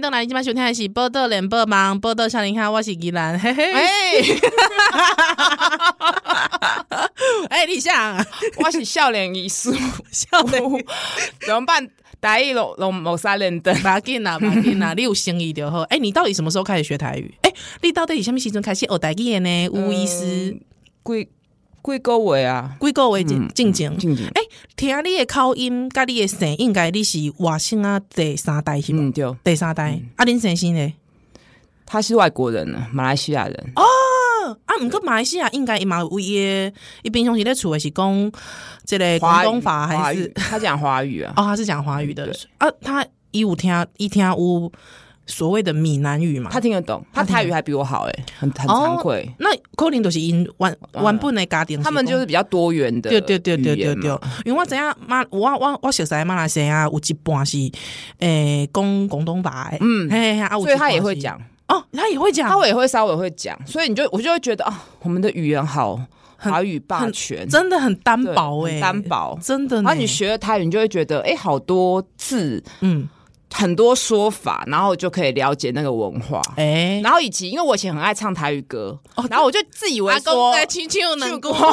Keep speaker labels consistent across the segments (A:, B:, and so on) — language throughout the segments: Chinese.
A: 邓来，你今晚收听的是《波特连波忙》，波特少年看我是宜兰，嘿嘿。
B: 哎、
A: 哎，李想，
B: 我是笑脸艺术，
A: 笑的
B: 怎么办？台语拢拢无啥认得。
A: 马紧啦，马紧 啦，你有心意就好。哎，你到底什么时候开始学台语？哎，你到底是什么时阵开始学台语的呢？吴医师，
B: 几几个月啊？
A: 几个月进进前。
B: 静静，
A: 哎，听你的口音，甲你的声，应该你是外省啊第三代是吧？
B: 嗯，对，
A: 第三代，啊，恁先生呢？
B: 他是外国人啊，马来西亚人。
A: 啊，毋过马来西亚应该伊嘛有伊的，伊平常时咧厝诶是讲即个广
B: 华语
A: 东话
B: 华
A: 还
B: 语
A: 是
B: 他讲华语啊？
A: 哦，他是讲华语的
B: 对
A: 啊，他伊有听伊听有所谓的闽南语嘛，
B: 他听得懂，
A: 他
B: 他
A: 听得懂
B: 台语还比我好哎、很很
A: 哦
B: 惭愧。
A: 那可能就是因原
B: 嗯
A: 原本的家庭是讲，
B: 他们就是比较多元的，
A: 对对对对对对，，因为我知影马我我我熟悉马来西亚有一半是诶讲广东话的，
B: 嗯，
A: 嘿嘿，啊，有一
B: 所以他也
A: 半
B: 会
A: 是
B: 讲，
A: 哦，他也会讲，
B: 他也会稍微会讲，所以你就我就会觉得啊、我们的语言好，
A: 很
B: 华语霸权，
A: 真的很单薄
B: 对
A: 诶，
B: 很单，薄。
A: 真的
B: 然
A: 呢，
B: 后你学了台语，你就会觉得哎、好多字，
A: 嗯，
B: 很多说法，然后就可以了解那个文化。
A: 诶，
B: 然后以及因为我以前很爱唱台语歌，然后我就自以为
A: 阿公
B: 说，
A: 在亲亲能啊过
B: 过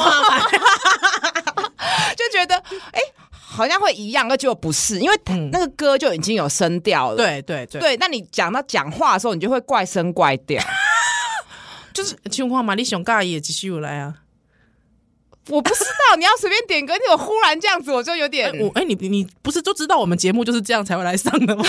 B: 就觉得哎、好像会一样，但结果不是，因为
A: 嗯
B: 那个歌就已经有声调了。
A: 对对对，
B: 对，那你讲到讲话的时候，你就会怪声怪调。
A: 就是情况嘛，你想尬也继续来啊。
B: 我不知道，你要随便点歌，你怎么忽然这样子，我就有点
A: 哎、我哎、你你不是就知道我们节目就是这样才会来上的吗？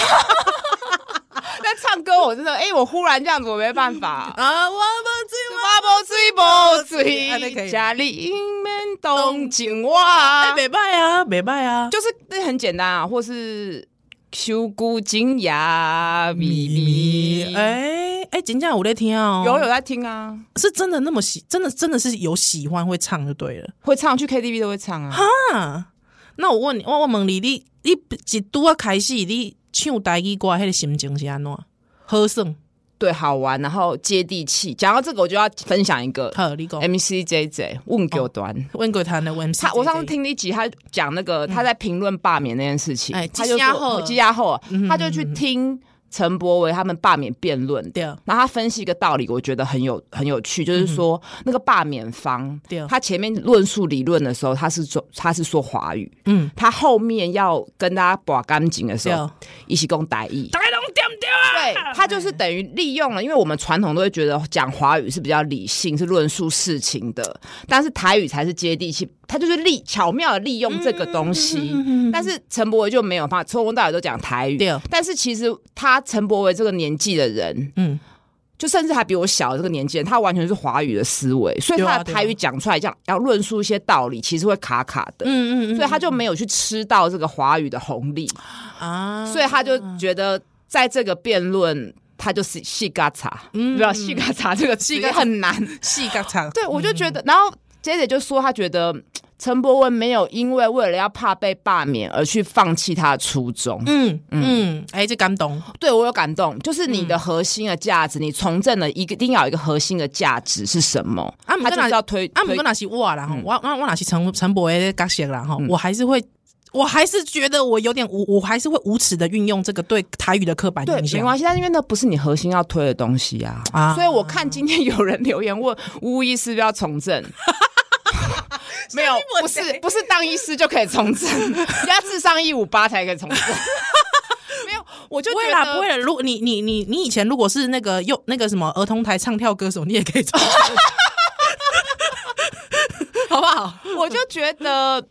B: 在唱歌，我真的哎、我忽然这样子，我没办法。
A: 啊，我们最
B: 我无醉无
A: 啊那可以
B: 醉，家里迎面动情我。
A: 哎，袂歹啊，袂歹啊，
B: 就是那很简单啊，或是修古金牙米米，哎、
A: 哎哎，真正有在听哦，
B: 有有在听啊，
A: 是真的那么喜，真的真的是有喜欢会唱就对了
B: 会唱去 KTV 都会唱啊。
A: 啊。那我问你，我我问你，你你一拄啊开始你唱台语歌，迄个心情是安怎？好耍，
B: 对，好玩，然后接地气。讲到这个，我就要分享一个
A: 好，哦你讲，
B: MC JJ 问给我端。
A: 问过他的 MC，
B: 他我上次，听那集，他讲那个他在评论罢免那件事情，
A: 嗯哎
B: 他就
A: 积压后
B: 说积压后，
A: 嗯
B: 他就去听陈柏维他们罢免辩论，
A: 对
B: 然后他分析一个道理，我觉得很有很有趣，就是说、那个罢免方
A: 嗯对，哦
B: 他前面论述理论的时候，他是说他是说华语，
A: 嗯，
B: 他后面要跟大家把干净的时
A: 对，哦
B: 候，一起共台译。
A: 台拢点对啊，
B: 对他就是等于利用了，因为我们传统都会觉得讲华语是比较理性，是论述事情的，但是台语才是接地气。他就是利巧妙的利用这个东
A: 嗯
B: 西，但是陈柏维就没有办法，从头到尾都讲台语。
A: 对哦
B: 但是其实他陈柏维这个年纪的人，
A: 嗯，
B: 就甚至还比我小的这个年纪人，他完全是华语的思维，所以
A: 对啊
B: 他的台
A: 对
B: 语讲出来，这样要论述一些道理，其实会卡卡的。
A: 嗯嗯嗯，
B: 所以他就没有去吃到这个华语的红利，
A: 啊，
B: 所以他就觉得在这个辩论，他就是细嘎查，不要细嘎查这个词
A: 细嘎
B: 也
A: 查
B: 很难。嗯
A: 戏剧场，
B: 嗯 对，我就觉得，然后姐姐就说，她觉得嗯陈博文没有因为为了要怕被罢免而去放弃他的初衷。
A: 嗯嗯，哎、这感动，
B: 对我有感动，就是你
A: 嗯
B: 的核心的价值，你从政的一个一定要有一个核心的价值是什么？
A: 啊不过
B: 他就是要推
A: 啊，不
B: 推
A: 过那是我啦，吼，
B: 嗯
A: 我我我那是陈陈伯的角色啦，吼，我还是会，我还是觉得我有点无，我还是会无耻的运用这个对台语的刻板
B: 对，
A: 印
B: 没
A: 象
B: 关系，但是因为那不是你核心要推的东西啊。
A: 啊
B: 所以我看今天有人留言问吴医师要不要 从政。没有，不是不是当医师就可以 从政，人家智商一五八才可以从政。没有，我就
A: 不
B: 觉
A: 会
B: 得
A: 啦，不会啦。如果你你你你以前如果是那个又那个什么儿童台唱跳歌手，你也可以 唱，好不好？
B: 我就觉得呃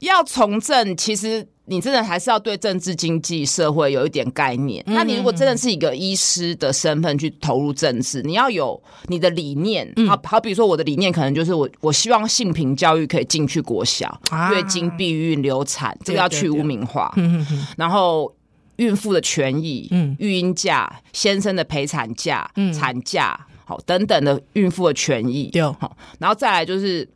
B: 要从政，其实你真的还是要对政治、经济、社会有一点概念。
A: 嗯
B: 那你如果真的是一个医师的身份去投入政治，你要有你的理念。
A: 嗯
B: 好好比说，我的理念可能就是我我希望性平教育可以进去国小，
A: 啊
B: 月经、避孕、流产，这个要去污名化。
A: 嗯嗯
B: 然后。孕妇的权益，
A: 嗯
B: 嗯，育婴假、先生的陪产假、产假，好等等的孕妇的权益，
A: 对
B: 好，然后再来就是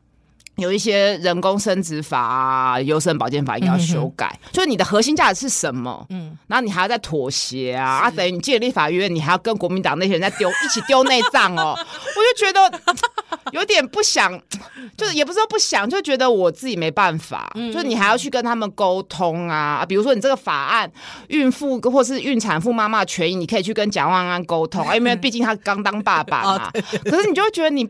B: 有一些人工生殖法啊、优生保健法也要修改，就是你的核心价值是什么？嗯，然后你还要再妥协啊，啊，等于你进了立法院，你还要跟国民党那些人在丢一起丢内脏哦，我就觉得有点不想，就是也不是说不想，就觉得我自己没办法，就你还要去跟他们沟通啊。比如说你这个法案，孕妇或是孕产妇妈妈的权益，你可以去跟蒋万安沟通，啊因为毕竟他刚当爸爸嘛。可是你就会觉得你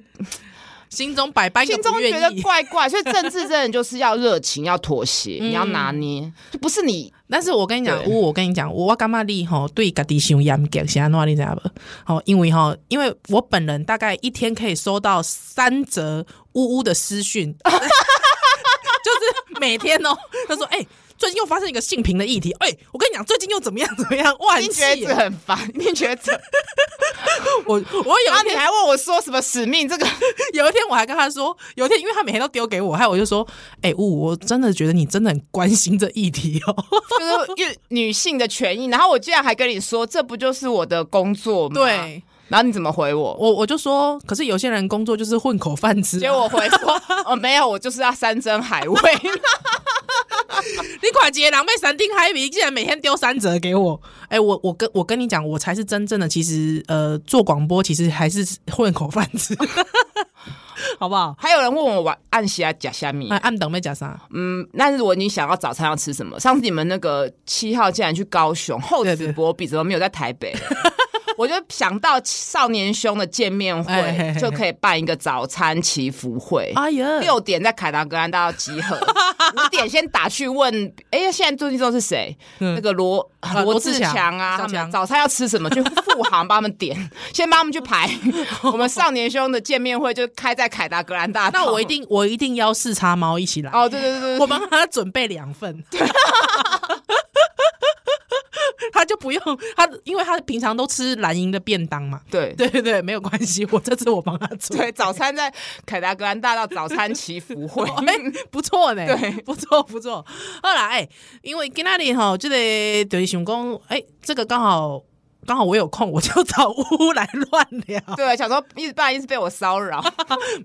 A: 心中百般个
B: 心中
A: 不愿
B: 觉得
A: 意。
B: 怪怪，所以政治真的就是要热情，要妥协，
A: 嗯
B: 你要拿捏，就不是你
A: 但是我跟你讲，
B: 对
A: 我我跟你讲，我感觉你吼对家己想严格是安怎样你知道不？吼，因为吼，因为我本人大概一天可以收到三则呜呜的私讯， 就是每天哦，他说哎、最近又发生一个性平的议题，哎、我跟你讲，最近又怎么样怎么样，哇，很
B: 一定
A: 气
B: 觉得这
A: 耶！
B: 很烦， 一定觉得这。
A: 我我
B: 然
A: 有
B: 后
A: 一
B: 啊你
A: 天
B: 还问我说什么使命？这个
A: 有一天我还跟他说，有一天因为他每天都丢给我，还有我就说，哎、呜，我真的觉得你真的很关心这议题哦。
B: 就是越女性的权益。然后我竟然还跟你说，这不就是我的工作吗？。
A: 对
B: 然后你怎么回我？
A: 我我就说，可是有些人工作就是混口饭吃、啊，
B: 结果我回 说，哦，没有，我就是要山珍海味。
A: 你款杰狼狈三丁嗨皮，竟然每天丢三折给我。哎、我我跟我跟你讲，我才是真正的，其实呃，做广播其实还是混口饭吃， 好不好？
B: 还有人问我晚按喜啊假虾米
A: 哎，，暗等没加啥，
B: 嗯，但是如果你想要早餐要吃什么，上次你们那个七号竟然去高雄厚
A: 对
B: 此
A: 对
B: 薄彼，怎么没有在台北？ 我就想到少年兄的见面会，
A: 哎嘿嘿
B: 就可以办一个早餐祈福会。
A: 哎呀，
B: 六点在凯达格兰大道 集合，五点先打去问，哎、现在最近都是谁？那个罗
A: 啊
B: 罗
A: 罗
B: 志
A: 志
B: 强
A: 祥
B: 啊，
A: 小
B: 他们
A: 强
B: 早餐要吃什么？去富航帮他们点， 先帮他们去 排。我们少年兄的见面会就开在凯达格兰大道。
A: 那我一 定我一定邀四叉猫一起来，
B: 哦，对对对
A: 我
B: 对，
A: 帮他准备两份。 他就不用他，因为他平常都吃蓝营的便当嘛。
B: 对对
A: 对对对，没有关系，我这次我帮他做。
B: 对，早餐在凯达格兰大道早餐祈福会。
A: 哎、不错呢，
B: 对
A: 不错不错。后来、哎因为今那里吼，这个就是想讲，哎、这个刚好刚好我有空，我就找乌来乱聊。
B: 对，想说一直不然一直被我骚扰，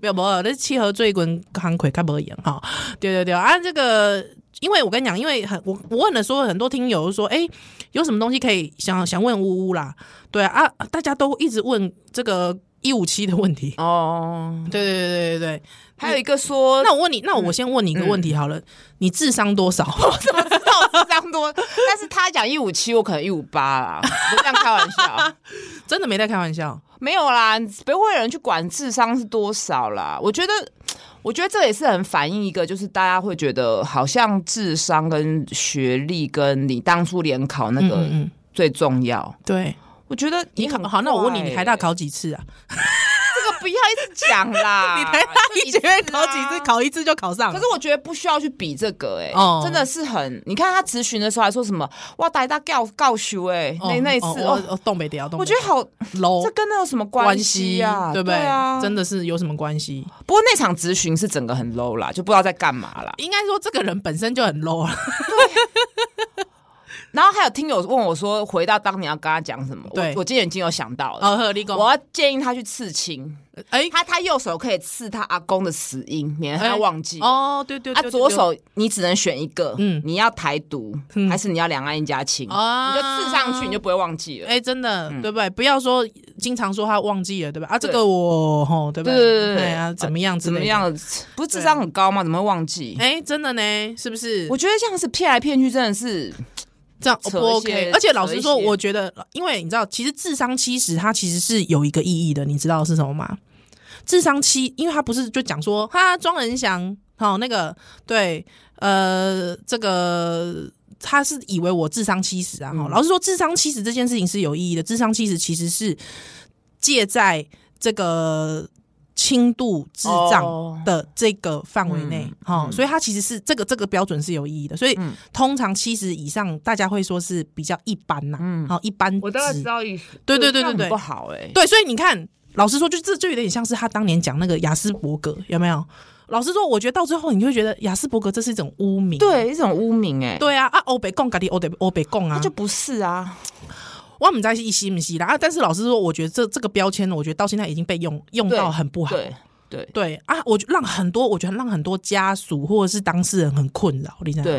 A: 没有没有，那契合最滚行葵看不赢哈。对对对啊，这个。因为我跟你讲，因为很我我问了说很多听友说，哎，有什么东西可以想想问呜呜啦？对啊，啊大家都一直问这个一五七的问题。
B: 哦，
A: 对对对对对对。
B: 还有一个说，
A: 那我问你，那我先问你一个问题好了，你智商多少？
B: 我知道我智商多， 但是他讲一五七，我可能一五八啦， 我这样开玩笑。
A: 真的没在开玩笑。
B: 没有啦，不会有人去管智商是多少啦。我觉得，我觉得这也是很反映一个，就是大家会觉得好像智商跟学历跟你当初联考那个
A: 嗯嗯，
B: 最重要。
A: 对，
B: 我觉得
A: 你
B: 很
A: 考好，那我问你，
B: 快欸
A: 你台大考几次啊？
B: 这个不要一直讲啦，
A: 你台大一学院考几次？
B: 就一直啊
A: 考一次就考上
B: 可
A: 了
B: 是。我觉得不需要去比这个哎、
A: 嗯哦
B: 真的是很，你看他咨询的时候还说什么哇，台大告告修哎，那那一次
A: 哦
B: 哦，
A: 哦，东北调，
B: 我觉得好，这
A: low
B: 跟那有什么
A: 哦关
B: 系
A: 系
B: 呀、
A: 对不
B: 对？啊，
A: 真的是有什么关系？
B: 不过那场咨询是整个很 low 啦，就不知道在干嘛啦。
A: 应该说这个人本身就很 low 啊了。
B: 然后还有听友问我说，回到当年要跟他讲什么？我
A: 对
B: 我今年已经有想到 了，
A: 哦，鹤立功，
B: 我要建议他去刺青，
A: 哎
B: 他他右手可以刺他阿公的死因，免得他忘记。
A: 哦，对对，
B: 啊，
A: 对
B: 左手你只能选一个，
A: 嗯
B: 你要台独还是你要两岸一家亲？
A: 啊
B: 你就刺上去，你就嗯不会忘记了。
A: 哎，真的对不对？不要说经常说他忘记了，对吧？啊，这个我吼，对不
B: 对对对对
A: 哎呀，怎么样？
B: 怎么？样？不是智商很高吗？怎么会忘记？
A: 哎，真的呢，是不是？
B: 我觉得这样是骗来骗去，真的是
A: 这样
B: 扯
A: 不
B: 一
A: OK
B: 些。
A: 而且老
B: 扯一
A: 实说，
B: 些
A: 我觉得，因为你知道，其实智商七十它其实是有一个意义的，你知道是什么吗？智商七，因为它不是就讲说哈庄仁祥，好、那个对，呃，这个。他是以为我智商七十啊，
B: 嗯
A: 哈、老实说，智商七十这件事情是有意义的。智商七十其实是介在这个轻度智障
B: 哦
A: 的这个范围内
B: 嗯，
A: 哈、
B: 嗯
A: 所以它其实是这个这个标准是有意义的，所以通常七十以上，大家会说是比较一般呐、
B: 嗯
A: 好、一般
B: 我大概知
A: 值
B: 道意思。
A: 对对对对对
B: 这样很不好哎、
A: 对，所以你看，老实说，就这就有点像是他当年讲那个雅斯伯格，有没有？老实说，我觉得到最后，你会觉得雅斯伯格这是一种污名，
B: 对，一种污名哎、
A: 对啊啊，欧北贡咖喱，欧北欧北贡啊，
B: 那就不是啊。
A: 我们在一吸不吸啦啊！但是老实说，我觉得这这个标签，我觉得到现在已经被用用
B: 对
A: 到很不好，
B: 对对
A: 对啊，我就让很多，我觉得让很多家属或者是当事人很困扰，你知道吗？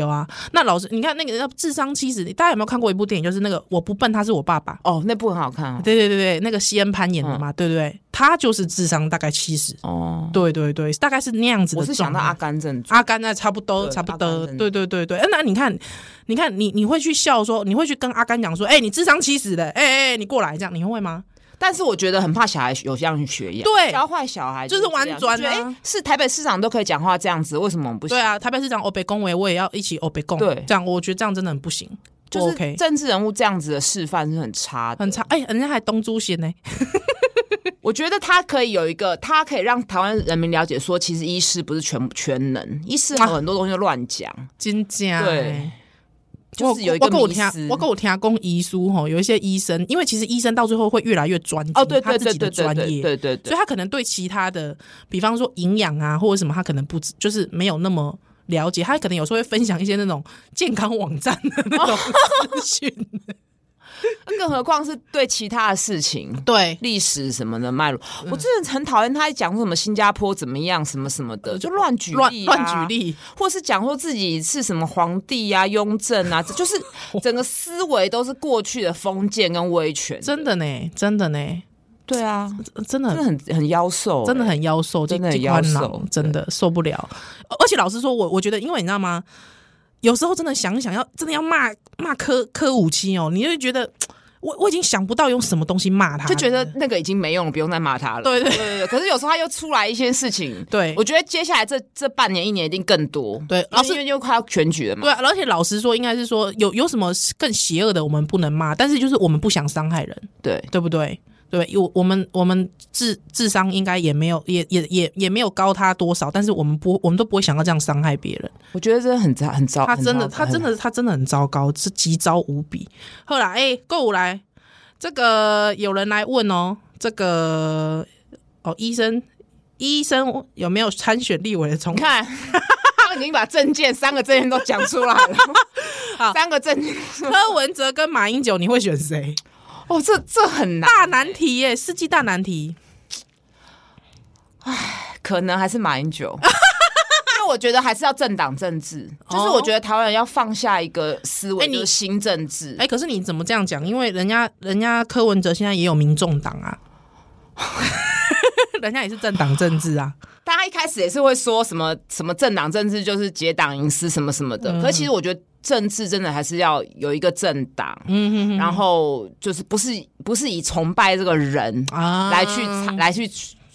A: 对啊。那老师，你看那个智商七十，大家有没有看过一部电影？就是那个《我不笨，他是我爸爸》。啊
B: 哦，那部很好看、哦。嗯
A: 对对对对，那个西恩潘演的嘛，对不对？他就是智商大概七十，
B: 哦，
A: 对对对，大概是那样子的
B: 我
A: 状态。
B: 是想到《阿甘正传》
A: 阿甘那差不多，
B: 对
A: 差不
B: 阿甘
A: 多，
B: 真的
A: 对对对对。哎、那你看，你看，你你会去笑说，你会去跟阿甘讲说，哎、你智商七十的，哎、哎、哎你过来，这样你会吗？
B: 但是我觉得很怕小孩有这样去学样，
A: 对
B: 教坏小孩
A: 就是
B: 这样
A: 玩转啊
B: 就觉得哎、是台北市长都可以讲话这样子，为什么我们不行？
A: 对，啊，台北市长欧北恭维，我也要一起欧北共，
B: 对
A: 这样我觉得这样真的很不行，不
B: 就是
A: OK，
B: 政治人物这样子的示范是很差的，
A: 很差。。哎、人家还东珠贤呢、
B: 我觉得他可以有一个，他可以让台湾人民了解说，其实医师不是全全能，医师还有很多东西都乱讲，
A: 金家、
B: 对
A: 我
B: 就是有一
A: 我
B: 个
A: 跟我
B: 迷
A: 听
B: 思，
A: 我跟我听公医书吼，有一些医生，因为其实医生到最后会越来越专精
B: 哦，对对
A: 他自
B: 对
A: 己的
B: 对
A: 专
B: 对
A: 业，
B: 对对对
A: 所以
B: 对，
A: 他可能对啊其他的，比方说营养啊或者什么，他可能不知，就是没有那么了解。他可能有时候会分享一些那种健康网站的那种
B: 哦
A: 资 讯。
B: 更何况是对其他的事情。
A: 对，
B: 历史什么的脉络，我真的
A: 嗯
B: 很讨厌他讲说什么新加坡怎么样什么什么的，就乱举
A: 乱
B: 例啊
A: 嗯乱举例，
B: 或是讲说自己是什么皇 帝啊、雍正啊，这就是整个思维都是过去的封建跟威权。
A: 真的呢，真的呢，
B: 对啊，
A: 真
B: 真的
A: 的。
B: 很很妖兽、
A: 真的
B: 欸
A: 很妖兽，
B: 真的
A: 这
B: 很
A: 这款
B: 妖兽
A: 狼
B: 对
A: 真的受不了。呃而且老实说，我我觉得，因为你知道吗？有时候真的想一想要真的要骂骂科科武器哦，你就会觉得我我已经想不到用什么东西骂他了，
B: 就觉得那个已经没用了，不用再骂他了。
A: 对对
B: 对对。可是有时候他又出来一些事情，
A: 对
B: 我觉得接下来这这半年一年一定更多。
A: 对
B: 因为，
A: 老师
B: 因为又快要选举了嘛。
A: 对啊，而且老实说，应该是说有有什么更邪恶的，我们不能骂，但是就是我们不想伤害人，
B: 对
A: 对不对？对，我我们我们智智商应该也没有，也也也也没有高他多少，但是我们不，我们都不会想要这样伤害别人。
B: 我觉得真的很糟，哦很糟。
A: 他真的，
B: 很糟
A: 他真的，他真的很糟糕，是极糟无比。后来，哎、够来，这个有人来问哦，这个哦，医生，医生有没有参选立委的从
B: 你看。他已经把证件三个证件都讲出来了
A: 好，
B: 三个证件
A: 柯文哲跟马英九，你会选谁？
B: 哦，这这很难，
A: 大难题耶，世纪大难题。
B: 可能还是马 英九，因为我觉得还是要政党政治，
A: 哦
B: 就是我觉得台湾人要放下一个思维，
A: 哎你
B: 就是新政治。
A: 哎、可是你怎么这样讲？因为人家人家柯文哲现在也有民众党啊， 人家也是政党政治啊。
B: 大家一开始也是会说什么什么政党政治就是结党营私什么什么的，
A: 嗯
B: 可是其实我觉得政治真的还是要有一个政党，
A: 嗯
B: 然后就是不是不是以崇拜这个人
A: 哼啊嗯
B: 来去、来去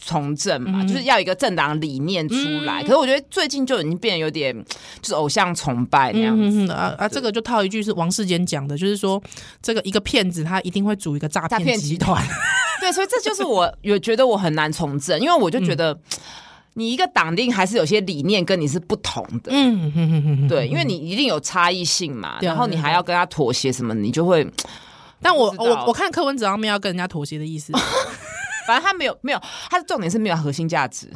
B: 从政嘛，就是要有一个政党理念出来。可是我觉得最近就已经变得有点就是偶像崇拜那样
A: 嗯
B: 子。
A: 哼哼啊啊！这个就套一句是王世坚讲的，就是说这个一个骗子他一定会组一个诈
B: 诈骗
A: 集
B: 集
A: 团。
B: 对，所以这就是我 有觉得我很难从政，因为我就觉
A: 嗯
B: 得你一个党定还是有些理念跟你是不同 的，
A: 嗯哼哼哼哼。
B: 对，因为你一定有差异性嘛，
A: 对啊
B: 然后你还要跟他妥协什么，你就会，
A: 但我
B: 不知道
A: 我我看柯文哲他们要跟人家妥协的意 思，
B: 反正他没有没有，他的重点是没有核心价
A: 哦
B: 值。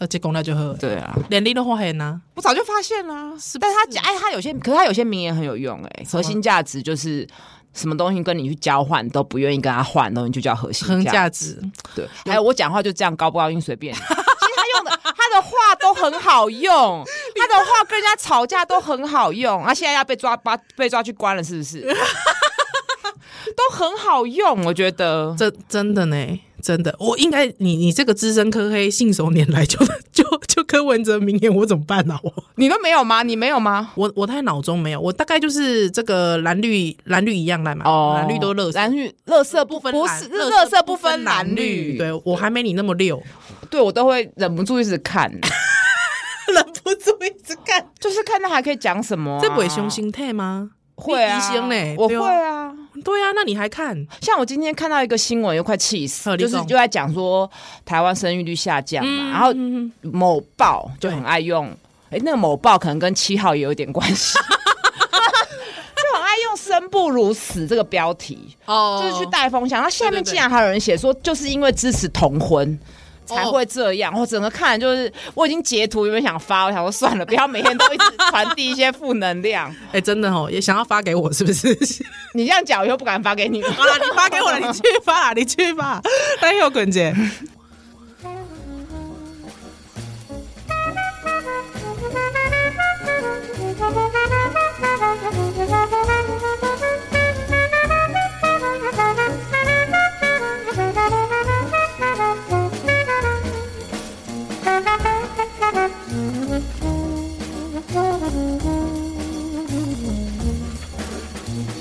A: 而且公料就喝，
B: 对啊，
A: 连力都花很呐。
B: 我早就发现
A: 啊
B: 啦，是但是他讲，哎，他有些，可是他有些名言很有用、哎，核心价值就是什么东西跟你去交换都不愿意跟他换，东西就叫核心
A: 衡
B: 价
A: 价
B: 值。
A: 值，
B: 对，还有哎我讲话就这样，高不高音随便你。其实他用的他的话都很好用，他的话跟人家吵架都很好用。他、现在要被抓把被抓去关了，是不是？都很好用，我觉得。
A: 这真的呢，真的，我应该你你这个资深科黑信手拈来就 就就柯文哲名言，我怎么办啊？我
B: 你都没有吗？你没有吗？
A: 我我太脑中没有，我大概就是这个蓝绿蓝绿一样来嘛，哦蓝绿都乐色。
B: 蓝绿，乐色不分不
A: 蓝
B: 是
A: 垃圾
B: 乐色不分蓝绿。
A: 对我还没你那么溜，
B: 对我都会忍不住一直看，
A: 忍不住一直看。
B: 就是看他还可以讲什么、啊。
A: 这不会凶心态吗？
B: 会啊，
A: 你疑心嘞
B: 我
A: 对
B: 会
A: 哦
B: 啊。
A: 对啊，那你还看？
B: 像我今天看到一个新闻，又快气
A: 好
B: 死，
A: 你
B: 就是
A: 讲
B: 就在讲说台湾生育率下降嘛，然后
A: 嗯
B: 某报就
A: 对
B: 很爱用，哎、那个某报可能跟七号也有一点关系， 就很爱用“生不如死”这个标题，
A: 哦
B: 就是去带风向。那下
A: 对
B: 面
A: 对
B: 竟然还有人写说，就是因为支持同婚。才
A: 哦
B: 会这样，我整个看就是我已经截图，有点想发，我想说算了，不要每天都一直传递一些负能量。
A: 哎、真的哦，也想要发给我是不是？
B: 你这样讲，我又不敢发给你。
A: 好啦，你发给我了，你去发啦， 你去吧。但有滚姐，
C: Thank you.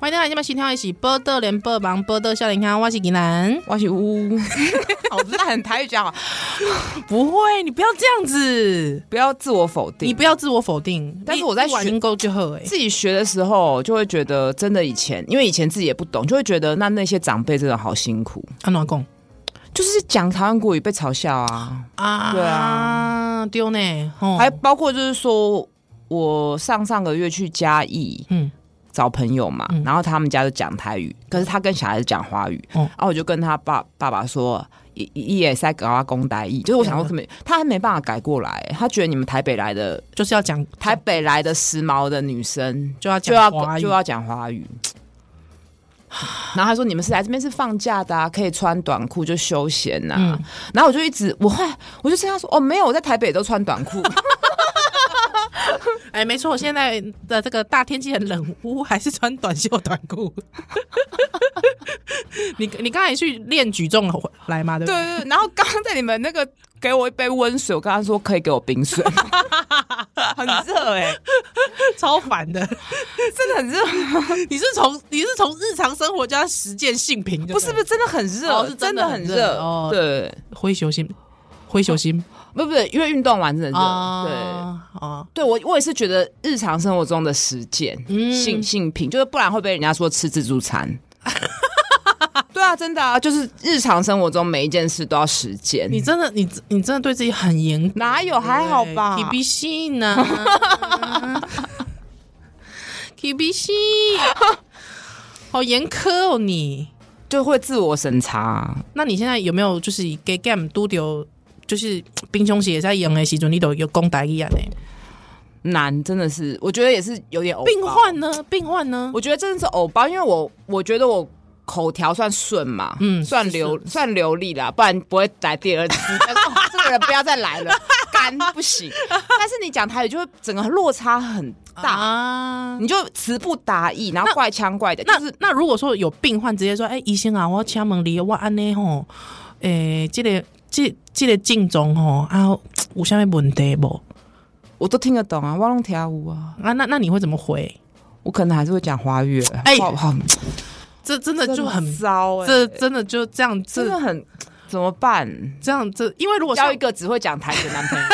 A: 欢迎大家今晚收听一起波特连波忙波特笑脸看，我是吉南。
B: 我是 呜，我哦不是很台语讲好，不会，你
A: 不要这样子，
B: 不要自我否定，
A: 你不要自我否定。
B: 但是我在学
A: 玩够就喝哎，
B: 自己学的时候就会觉得，真的以前，因为以前自己也不懂，就会觉得那那些长辈真的好辛苦，
A: 安啊暖贡
B: 就是讲台湾国语被嘲笑啊，
A: 啊
B: 对
A: 啊，丢呢，哦
B: 还包括就是说我上上个月去嘉义
A: 嗯
B: 找朋友嘛，
A: 嗯
B: 然后他们家就讲台语，可是他跟小孩子讲华语，
A: 哦
B: 然后我就跟他爸爸爸说。一一也塞搞阿公台语，就是我想说，可没他还没办法改过来，他觉得你们台北来的
A: 就是要讲
B: 台北来的时髦的女生
A: 就要
B: 就
A: 讲华
B: 要
A: 语
B: 就要讲华语。然后他说：“你们是来这边是放假的、啊，可以穿短裤就休闲呐、
A: 嗯
B: 然后我就一直，我后来我就跟他说：“哦，没有，我在台北都穿 短裤。
A: 哎，没错，现在的这个大天气很冷，屋还是穿短袖短裤。 你你刚才去练举重来嘛？”对不
B: 对
A: 对？
B: 对对。然后刚刚在你们那个给我一杯温水，我跟 他说可以给我冰水，很热哎、
A: 欸超烦的。
B: 真的 很热，
A: 你是从你是从日常生活加实践性平，
B: 不是
A: 是
B: 不是真的很热，
A: 哦是真
B: 真
A: 的
B: 很
A: 很热
B: 热
A: 哦
B: 对，
A: 灰球心，灰球心
B: 不不，因为运动完真的热，哦对。
A: 啊啊！
B: 对我，我也是觉得日常生活中的实践、
A: 嗯
B: 性性品，就是不然会被人家说吃自助餐。 对啊，真的啊，就是日常生活中每一件事都要实践。
A: 你真的你你真的对自己很严格，
B: 哪有还好吧
A: ？K B C 呢？K B C，好严苛哦你。
B: 就会自我审查啊、
A: 那你现在有没有就是给 game 都丢，就是冰凶鞋在用的时候，你都有攻打一啊呢？
B: 难，真的是，我觉得也是有点偶
A: 病
B: 包。
A: 患呢？病患呢？
B: 我觉得真的是偶包，因为我我觉得我口条算顺嘛，嗯，
A: 嗯
B: 算流算流利啦，不然不会来第二次。 但是、哦这个人不要再来了，干不行。 但是你讲台语就会整个落差很大。
A: 啊。
B: 你就词不达意，然后
A: 那
B: 怪腔怪的，就
A: 那
B: 是
A: 那如果说有病患直接说，哎、医生啊，我请问你，我安尼吼，诶、这个这这个症状吼啊，有啥物问题不？
B: 我都听得懂啊，挖弄跳舞啊，
A: 啊，那那你会怎么回？
B: 我可能还是会讲华语。啊
A: 哎
B: 好好，
A: 这真的就很，
B: 糟
A: 这
B: 这
A: 真的就这样，
B: 欸真
A: 这
B: 的很怎么办？
A: 这样这，因为如果
B: 交
A: 说
B: 一个只会讲台语的男 朋友，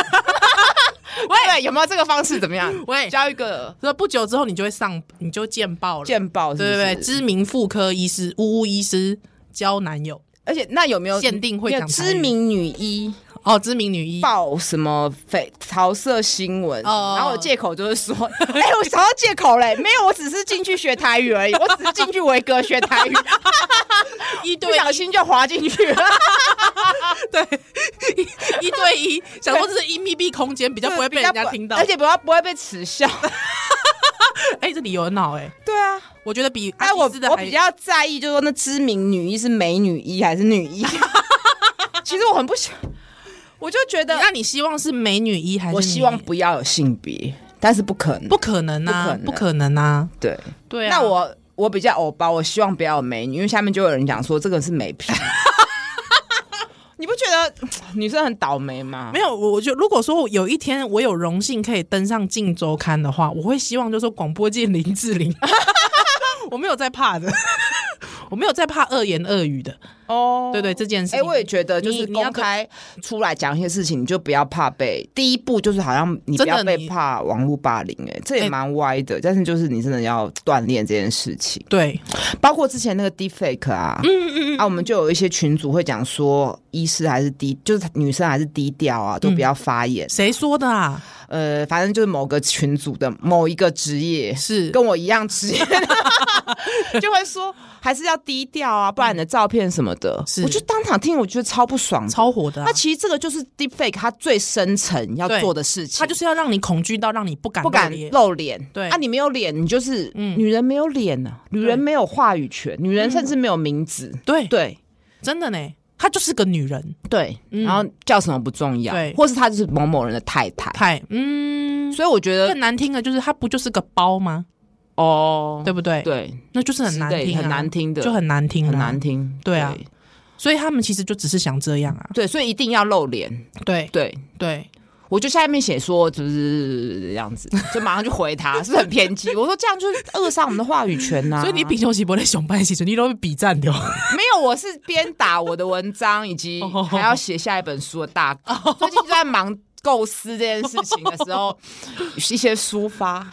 B: 喂，有没有这个方式？怎么样？
A: 喂，
B: 交一个
A: 所以不久之后你就会上，你就见报了。
B: 见报，
A: 对对对，？知名妇科医师、呜呜医师交男友
B: 而且那有没有
A: 限定会讲
B: 有
A: 台
B: 知
A: 语
B: 名女医
A: 哦，知名女医
B: 报什么绯桃色新闻？
A: 哦
B: 然后我借口就是说， 哎、我找到借口嘞，没有，我只是进去学台语而已，我只是进去维格学台语。
A: 一对
B: 不小心就滑进去了，
A: 一对一， 想说这是一密闭空间，比较不会被人家听到。
B: 而且不要不会被耻笑。
A: 哎，这理由很好哎，
B: 对啊，
A: 我觉得比
B: 哎，
A: 阿
B: 我
A: 基斯的
B: 我
A: 还
B: 比较在意，就是说那知名女医是美女 医还是女医？其实我很不想，我就觉得
A: 那你希望是美女医还是女医？
B: 我希望不要有性别，但是不可能。
A: 不可能啊，
B: 不可能
A: 不可能啊，
B: 对，
A: 对啊。
B: 那我我比较欧巴，我希望不要有美女，因为下面就有人讲说这个是美 品。你不觉得女生很倒霉吗？
A: 没有，我我觉得如果说有一天我有荣幸可以登上《镜周刊》的话，我会希望就是说广播界林志玲， 我没有在怕的， 我没有在怕恶言恶语的，
B: 哦
A: 对对这件事
B: 哎、
A: 情。
B: 我也觉得，就是
A: 你你要
B: 公开出来讲一些事情，你就不要怕被。第一步就是好像你不要
A: 真的
B: 被
A: 你
B: 怕网络霸凌、哎，这也
A: 哎
B: 蛮歪的。但是就是你真的要锻炼这件事情，
A: 对，
B: 包括之前那个 deepfake 啊，嗯嗯啊，我们就有一些群主会讲说，医师还是低，就是女生还是低调啊，
A: 嗯
B: 都不要发言。
A: 谁说的啊？
B: 呃，反正就是某个群组的某一个职业。
A: 是
B: 跟我一样职业， 就会说还是要低调啊，不然你的照片什么的，
A: 是
B: 我就当场听，我觉得超不爽的，
A: 超火的、啊
B: 那，其实这个就是 deepfake 它最深层要
A: 对
B: 做的事情，
A: 他就是要让你恐惧到让你不敢
B: 不敢
A: 露脸
B: 露脸。
A: 对嗯
B: 啊，你没有脸，你就是、女人没有脸呢、啊，女人没有话语权，女人甚至没有名字。
A: 对，
B: 对
A: 真的呢，她就是个女人，
B: 对，然后叫什么不重要，
A: 对
B: 或是她就是某某人的太太。
A: 太嗯，
B: 所以我觉得
A: 更难听的就是她不就是个包吗？
B: 哦，
A: 对不对？，
B: 对，
A: 那就是很难
B: 是
A: 听、啊
B: 的很难听的
A: 就很难听、
B: 很难。听。
A: 对啊所以他们其实就只是想这样啊。
B: 对，所以一定要露脸。
A: 对
B: 对，
A: 对，
B: 我就下面写说就是这样子，就马上就回他，是不是很偏激？我说这样就是扼杀我们的话语权呐、
A: 所以你平常时不咧上班的哦时阵，你都会比赞掉。
B: 没有，我是边打我的文章，以及
A: 哦
B: 还要写下一本书的大纲。最近就在忙构思这件事情的时候，一些抒 发，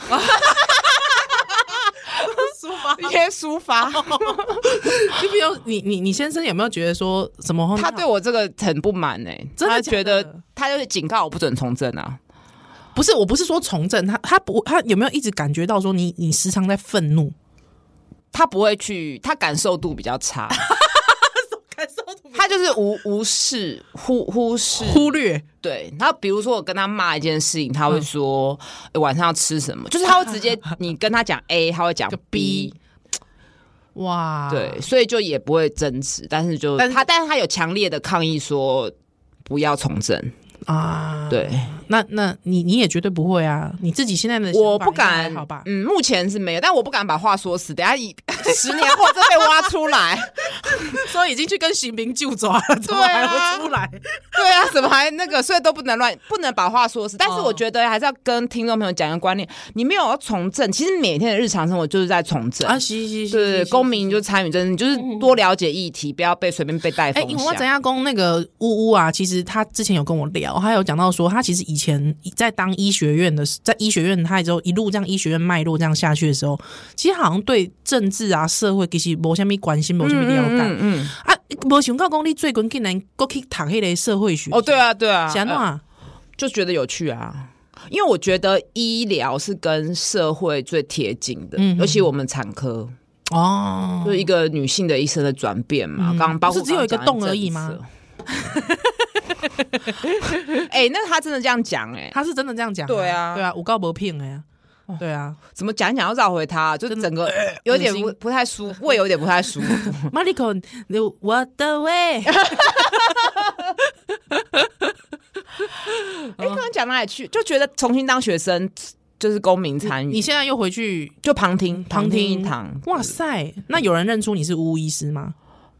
B: 一些抒发。
A: 哦你比如你你你先生有没有觉得说什么？
B: 他对我这个很不满哎、
A: 真的
B: 他
A: 假的
B: 觉得他就是警告我不准从政啊。
A: 不是，我不是说从政，他他不他有没有一直感觉到说你你时常在愤怒？
B: 他不会去，他感受度比较差，
A: 感受度
B: 他就是无无视、忽忽视、
A: 忽略，
B: 对，然后比如说我跟他骂一件事情，他会说、诶晚上要吃什么，就是他会直接你跟他讲 A，他会讲
A: 就
B: B，
A: B 哇，
B: 对，，所以就也不会争执，但是就
A: 但是
B: 他但是他有强烈的抗议说不要从政，
A: 啊，
B: 对、
A: 那那你你也绝对不会啊！你自己现在的想法
B: 我不
A: 应
B: 敢
A: 该还好吧？
B: 嗯，目前是没有，但我不敢把话说死，等下以十年后再被挖出来，
A: 所以已经去跟刑民就抓了，怎
B: 么还会出
A: 来？
B: 对啊，怎么还那个？所以都不能乱，不能把话说死。但是我觉得还是要跟听众朋友讲一个观念：你没有要从政，其实每天的日常生活就是在从政。
A: 啊，是是是，
B: 对
A: 是
B: 对，公。民就参与政治，就是多了解议题，不要被随便被带
A: 是哎，
B: 风
A: 因为我怎
B: 向。
A: 样公那个呜呜啊，其实他之前有跟我聊，他有讲到说，他其实以前在当医学院的时，在医学院他之后一路这样医学院脉络这样下去的时候，其实好像对政治啊、社会其实没什么关心，没什么了解、
B: 嗯嗯，
A: 啊。没想到讲你最近竟然过去读迄个社会学
B: 哦，对，啊，对啊，
A: 想
B: 呃
A: 啊，
B: 就觉得有趣啊。因为我觉得医疗是跟社会最贴近的，
A: 嗯嗯
B: 尤其我们产科，
A: 哦，
B: 就是一个女性的一生的转变嘛。刚刚包括
A: 嗯不是只有一个
B: 刚刚
A: 洞
B: 讲的
A: 而已吗
B: 政策？ 哎、那他真的这样讲哎、
A: 他是真的这样讲、
B: 对啊
A: 对啊，五告不骗哎呀，对啊，
B: 怎么讲一讲要绕回他，啊就是整个有点
A: 恶心
B: 不不太舒，胃有点不太舒服。
A: 马里克，你我的胃，
B: 哎、刚刚讲哪里去？就觉得重新当学生就是公民参与，
A: 你现在又回去，
B: 就旁听
A: 旁
B: 听一
A: 听
B: 堂，
A: 哇塞，那有人认出你是巫医师吗？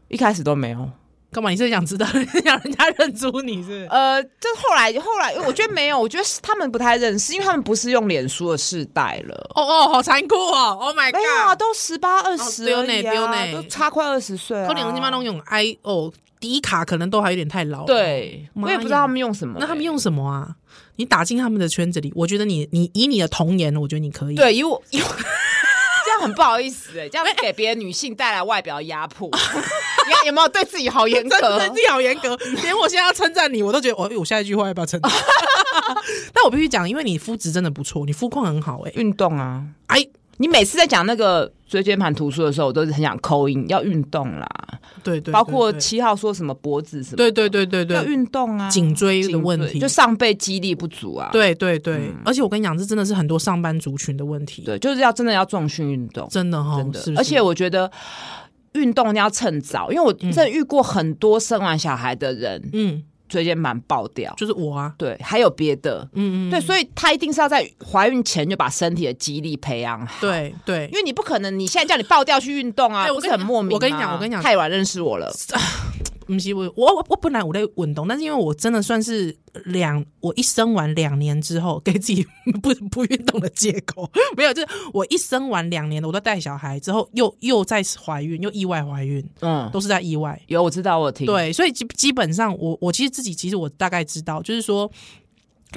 B: 一开始都没有。
A: 干嘛？你是想知道让人家认出你是？
B: 呃，就后来后来，我觉得没有，我觉得是他们不太认识，因为他们不是用脸书的世代了。
A: 哦哦，好残酷哦！Oh my
B: 没有啊，
A: god！
B: 都十八二十
A: 对哦
B: 而已
A: 对哦
B: 啊，
A: 对哦
B: 都差快二十岁啊。
A: 可能你妈都用 I 哦，第一卡可能都还有点太老。，
B: 对，
A: 妈
B: 我
A: 呀
B: 也不知道他们用什么、欸
A: 那他们用什么啊？你打进他们的圈子里，我觉得你你以你的童颜，我觉得你可以。，
B: 对，以我以我 这样很不好意思哎、这样给别的女性带来外表压 迫，你看有没有对自己好严
A: 真的
B: 格
A: 自？己好严 格，连我现在要称赞你，我都觉得哦我我下一句话要不要称 赞？但我必须讲，因为你肤质真的不错，你肤况很好哎、欸
B: 运动啊，
A: 哎，
B: 你每次在讲那个椎间盘突出的时候，我都是很想扣音，要运动啦，
A: 对对，
B: 包括
A: 对
B: 七号说什么脖子什么，
A: 对对对对
B: 要
A: 对，
B: 运动啊，
A: 颈椎的问
B: 颈
A: 题
B: 椎就，上背肌力不足啊，
A: 对对对，嗯而且我跟你讲，这真的是很多上班族群的问题，
B: 对，就是要真的要重训运动，
A: 真的哈，
B: 真的，
A: 哦是不是
B: 而且我觉得。运动一定要趁早，因为我真的遇过很多生完小孩的人、
A: 嗯，
B: 椎间盘爆掉，
A: 就是我啊，
B: 对，还有别的，
A: 嗯嗯，
B: 对，所以她一定是要在怀孕前就把身体的肌力培养好，，
A: 对对
B: 因，为你不可能你现在叫你爆掉去运动啊，
A: 哎我
B: 不
A: 跟
B: 是很
A: 你
B: 莫名吗、
A: 我跟你讲我跟你讲
B: 太晚认识我了，
A: 不是我我我我本来我在运动，但是因为我真的算是两我一生完两年之后，给自己不不运动的借口，没有，就是我一生完两年，我都带小孩之后，又又在怀孕，又意外怀孕，
B: 嗯，
A: 都是在意外。
B: 有我知道，我有听，
A: 对，所以基基本上我我其实自己其实我大概知道，就是说。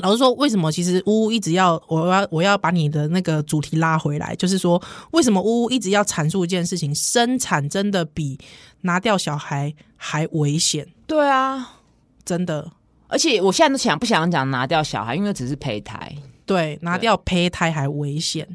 A: 老实说，为什么其实呜呜一直要我要我要把你的那个主题拉回来，就是说为什么呜呜一直要阐述一件事情，生产真的比拿掉小孩还危险，
B: 对啊，
A: 真的。
B: 而且我现在都想不想讲拿掉小孩，因为只是胚胎，
A: 对，拿
B: 对
A: 掉胚胎还危险。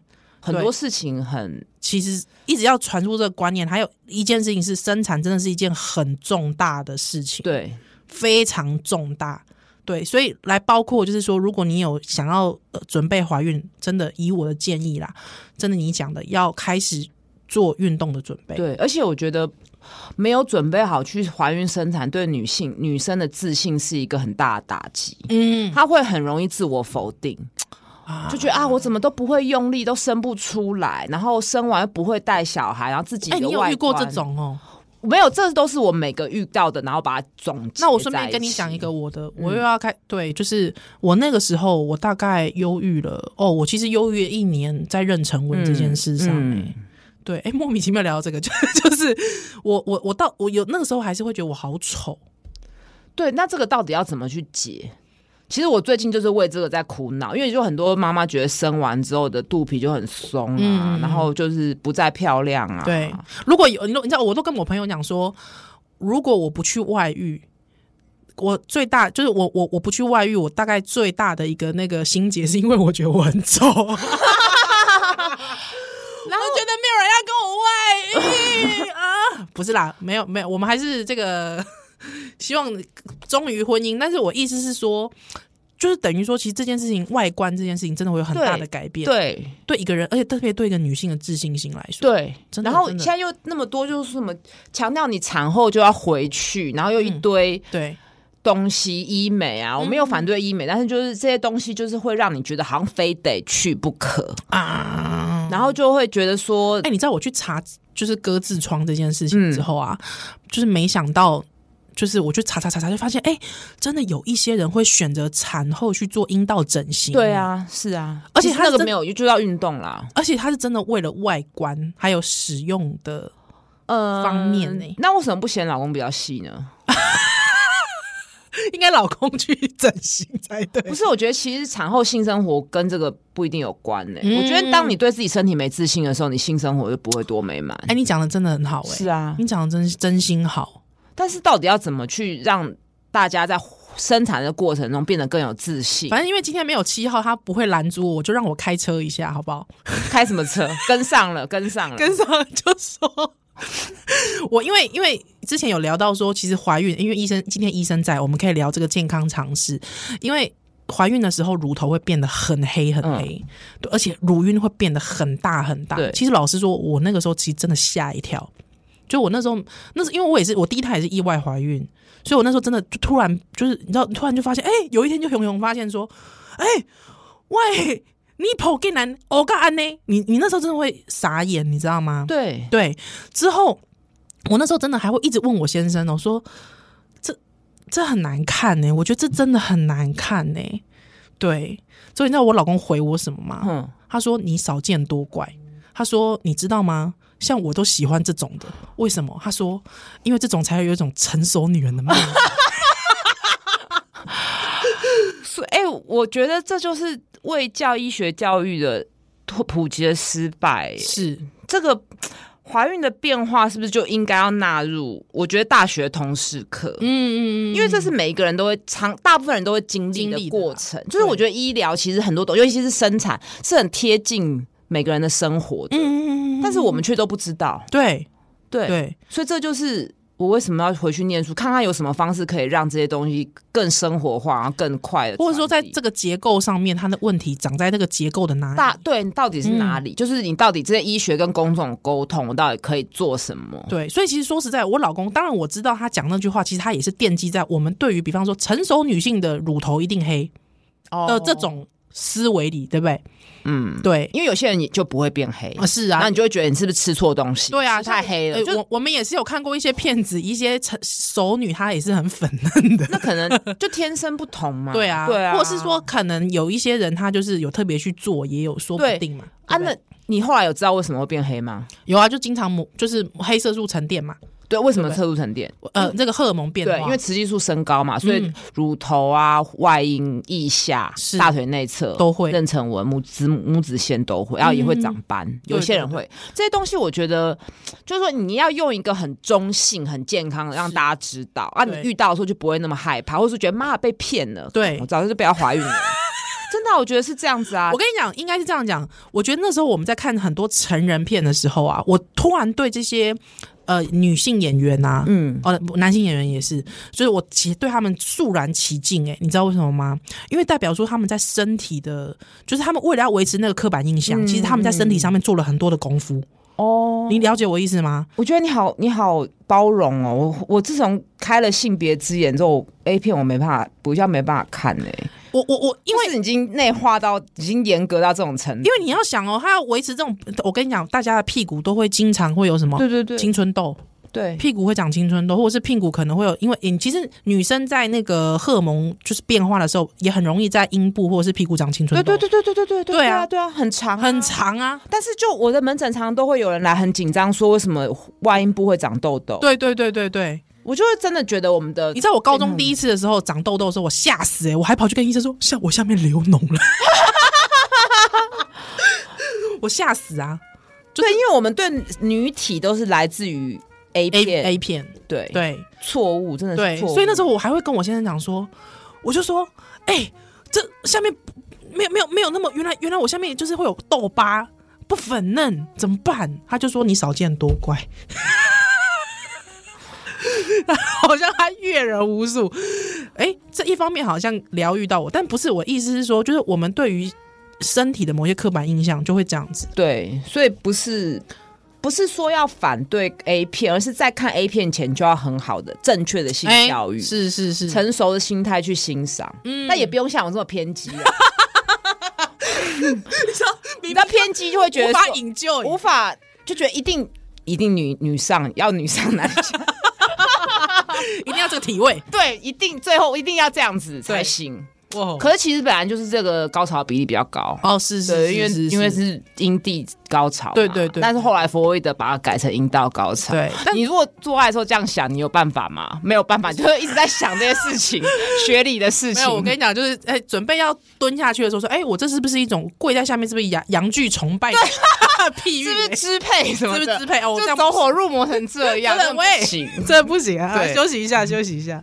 B: 很多事情很
A: 其实一直要传输这个观念，还有一件事情是，生产真的是一件很重大的事情，
B: 对，
A: 非常重大。对，所以来包括就是说，如果你有想要、呃、准备怀孕，真的以我的建议啦，真的你讲的要开始做运动的准备。
B: 对，而且我觉得没有准备好去怀孕生产，对女性女生的自信是一个很大的打击，
A: 嗯，
B: 她会很容易自我否定。
A: 啊
B: 就觉得啊，我怎么都不会用力，都生不出来，然后生完又不会带小孩，然后自己
A: 哎、
B: 的
A: 你有
B: 外
A: 遇过这
B: 观？
A: 种哦？
B: 没有，这都是我每个遇到的，然后把它总结。
A: 那我顺便跟你讲一，个我
B: 嗯
A: 的，我又要开、对，就是我那个时候我大概忧郁了哦，我其实忧郁了一年在妊娠纹这件事上、欸
B: 嗯，
A: 对，哎、莫名其妙聊到这个，就 就是我我我到我有那个时候还是会觉得我好丑，
B: 对，那这个到底要怎么去解？其实我最近就是为这个在苦恼，因为就很多妈妈觉得生完之后的肚皮就很松啊，然后就是不再漂亮
A: 嗯
B: 啊。
A: 对，如果有你都你知道，我都跟我朋友讲说，如果我不去外遇，我最大就是我我我不去外遇，我大概最大的一个那个心结是因为我觉得我很 丑，然后觉得没有人要跟我外遇啊，不是啦，没有没有，我们还是这个 希望忠于婚姻，但是我意思是说。就是等于说，其实这件事情外观这件事情真的会有很大的改变，
B: 对
A: 对一个人，而且特别对一个女性的自信心来说，
B: 对，
A: 真的
B: 然后
A: 真
B: 现
A: 的
B: 在又那么多，就是什么强调你产后就要回去，然后又一堆
A: 对
B: 东西、医美啊，我没有反对医美，但是就是这些东西就是会让你觉得好像非得去不可，
A: 啊，
B: 然后就会觉得说
A: 哎、，你知道我去查就是割痔疮这件事情之后啊，就是没想到，就是我去查查查查，就发现哎、真的有一些人会选择产后去做阴道整形。
B: 对，啊，是啊，
A: 而且
B: 其实
A: 它
B: 那个
A: 真
B: 没有就要运动啦，
A: 而且他是真的为了外观还有使用的，
B: 呃
A: 方面呢
B: 那为什么不嫌老公比较细呢？
A: 应该老公去整形才对
B: 不。是，我觉得其实产后性生活跟这个不一定有关呢、
A: 嗯
B: 我觉得当你对自己身体没自信的时候，你性生活就不会多美满。
A: 哎、你讲的真的很好哎、
B: 是啊，
A: 你讲的真真心好。
B: 但是到底要怎么去让大家在生产的过程中变得更有自信？
A: 反正因为今天没有七号，他不会拦阻我，我就让我开车一下，好不好？
B: 开什么车？ 跟上了，跟上了。
A: 跟上就说，我因为因为之前有聊到说，其实怀孕，因为医生今天医生在，我们可以聊这个健康常识，因为。怀孕的时候，乳头会变得很黑很黑，对，而且乳晕会变得很大很大
B: 对。
A: 其实老实说，我那个时候其实真的吓一跳，就我那时候，那是因为我也是我第一胎也是意外怀孕，所以我那时候真的就突然就是你知道，突然就发现，哎、有一天就熊熊发现说，哎、喂，你跑给男欧嘎安呢？你你那时候真的会傻眼，你知道吗？
B: 对，
A: 对，之后我那时候真的还会一直问我先生哦，说这这很难看呢、我觉得这真的很难看呢、对，所以你知道我老公回我什么吗？
B: 嗯，
A: 他说你少见多怪。他说你知道吗？像我都喜欢这种的，为什么？他说因为这种才有一种成熟女人的 魅力。
B: 所以哎、我觉得这就是卫教医学教育的普普及的失败。
A: 是，
B: 这个怀孕的变化是不是就应该要纳入？我觉得大学通识课。
A: 嗯嗯嗯，
B: 因为这是每一个人都会常，大部分人都会经历
A: 经
B: 的
A: 历的
B: 过
A: 啦
B: 程。就是我觉得医疗其实很多东西，尤其是生产，是很贴近每个人的生活的，
A: 嗯嗯嗯嗯，
B: 但是我们却都不知道。
A: 对
B: 对，
A: 对，
B: 所以这就是我为什么要回去念书，看看有什么方式可以让这些东西更生活化，然后更快的传递，
A: 或者说在这个结构上面，它的问题长在那个结构的哪里？
B: 大对到底是哪里？嗯就是你到底这些医学跟公众沟通，我到底可以做什么？
A: 对，所以其实说实在，我老公当然我知道他讲那句话，其实他也是奠基在我们对于比方说成熟女性的乳头一定黑
B: 哦
A: 的这，种思维里，对不对？
B: 嗯，
A: 对，
B: 因为有些人也就不会变黑
A: 啊，是
B: 然后
A: 啊
B: 你。就会觉得你嗯是不是吃错东西？
A: 对啊，
B: 吃太
A: 像
B: 黑了，
A: 呃
B: 就
A: 我我们也是有看过一些骗子，一些成熟女她也是很粉嫩 的。
B: 那可能就天生不同 嘛。
A: 对啊，
B: 对啊，
A: 或是说可能有一些人她就是有特别去做，也有说不
B: 对
A: 定嘛。
B: 啊，
A: 对不
B: 那
A: 对
B: 你后来有知道为什么会变黑吗？
A: 有啊，就经常抹就是黑色素沉淀嘛，
B: 对，为什么
A: 对
B: 侧乳沉淀？
A: 呃，这个荷尔蒙变化，
B: 嗯
A: 嗯
B: 对，因为雌激素升高嘛，所以乳头啊、外阴、腋下
A: 是、
B: 大腿内侧
A: 都会嗯
B: 妊娠纹、母子母子线都会，然后也会长斑。
A: 对
B: 有些人会这些东西，我觉得就是说你要用一个很中性、很健康的让大家知道啊，你
A: 对
B: 遇到的时候就不会那么害怕，或是觉得妈被骗了，
A: 对
B: 我早就不要 怀孕了。真的啊、我觉得是这样子啊
A: 我。跟你讲，应该是这样讲。我觉得那时候我们在看很多成人片的时候啊，我突然对这些呃女性演员啊，
B: 嗯，
A: 哦，男性演员也是，就是我其对他们肃然起敬。哎，你知道为什么吗？因为代表说他们在身体的，就是他们为了要维持那个刻板印象，
B: 嗯
A: 其实他们在身体上面做了很多的功夫。
B: 哦，
A: 你了解我意思吗？
B: 我觉得你好，你好包容哦。我我自从开了性别之眼之后，A 片我没办法，比较没办法看欸嘞、
A: 我我我，因
B: 因
A: 为。
B: 为已经内化到已经严格到这种程
A: 因
B: 度。
A: 为你要想哦，他要维持这种，我跟你讲，大家的屁股都会经常会有什么
B: 对对对，
A: 青春痘，
B: 对，
A: 屁股会长青春痘，或者是屁股可能会有，因为嗯其实女生在那个荷尔蒙就是变化的时候，也很容易在阴部或者是屁股长青春
B: 对
A: 痘，
B: 对对对对对对对
A: 对啊
B: 啊对啊，很长啊
A: 很。长啊。
B: 但是就我的门诊常常都会有人来很紧张，说为什么外阴部会长痘痘？
A: 对对对对对，
B: 我就会真的觉得我们的
A: 你知道我高中第一次的时候长痘痘的时候，我吓死哎、欸，我还跑去跟医生说，下我下面流脓了， 我吓死啊
B: 对，因为我们对女体都是来自于 A
A: ！A
B: 片，
A: A 片，
B: 对
A: 对
B: 错误真的
A: 对，
B: 是错误。
A: 所以那时候我还会跟我先生讲说，我就说，哎、这下面没有没有没有那么原来原来我下面就是会有痘疤。不粉嫩怎么办？他就说你少见多怪， 好像他阅人无数。哎、这一方面好像疗愈到我，但不是我意思是说，就是我们对于身体的某些刻板印象就会这样子。
B: 对，所以不是不是说要反对 A 片，而是在看 A 片前就要很好的正确的性
A: 哎
B: 教育，
A: 是是是，
B: 成熟的心态去欣赏。嗯，但也不用像我这么偏激啊，
A: 你
B: 你到偏激就会觉
A: 无
B: 得
A: 法
B: 说
A: 引咎，
B: 无法就觉得一定一定女女上要女上男 下，
A: 一定要这个体位。
B: 对，一定最后一定要这样子才
A: 对
B: 行。
A: 哇，
B: 可是其实本来就是这个高潮比例比较高。
A: 哦，是是
B: 对，
A: 是
B: 因为
A: 是
B: 因为是阴蒂高潮嘛，
A: 对对对
B: 但是后来弗洛伊德把它改成阴道高潮。
A: 对但
B: 你如果做爱的时候这样想，你有办法吗？没有办法，就是一直在想这些 事情，学理的事
A: 没
B: 情。
A: 有，我跟你讲，就是哎、准备要蹲下去的时候，说，哎、我这是不是一种跪在下面，是不是洋洋具崇拜的譬喻、
B: 是不
A: 欸？
B: 是支配 什么
A: 是
B: 的？
A: 不是支配哦我这
B: 就
A: 样
B: 走火入魔成 这样，
A: 真的
B: 真的
A: 喂
B: 不行。
A: 这不行啊！
B: 对
A: 休息一下，休息一下。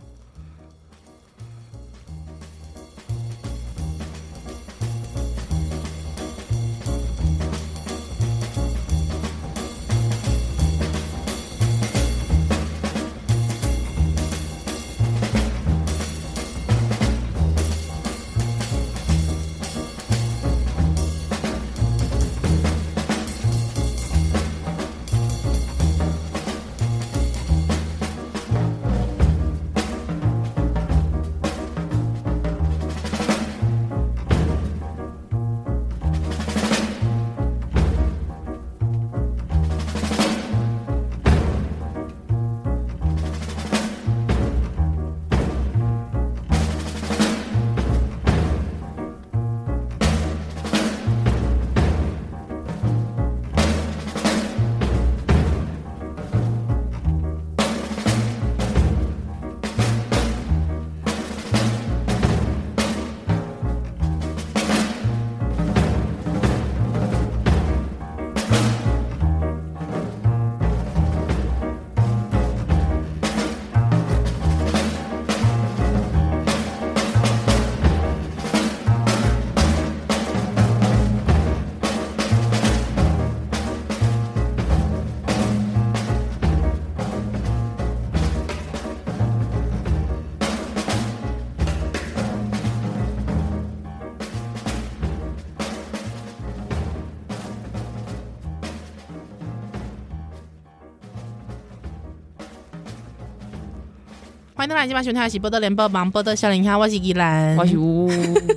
A: 欢迎大家今晚收听的是《波多连播忙波多笑林哈》，我是依兰，
B: 我是呜，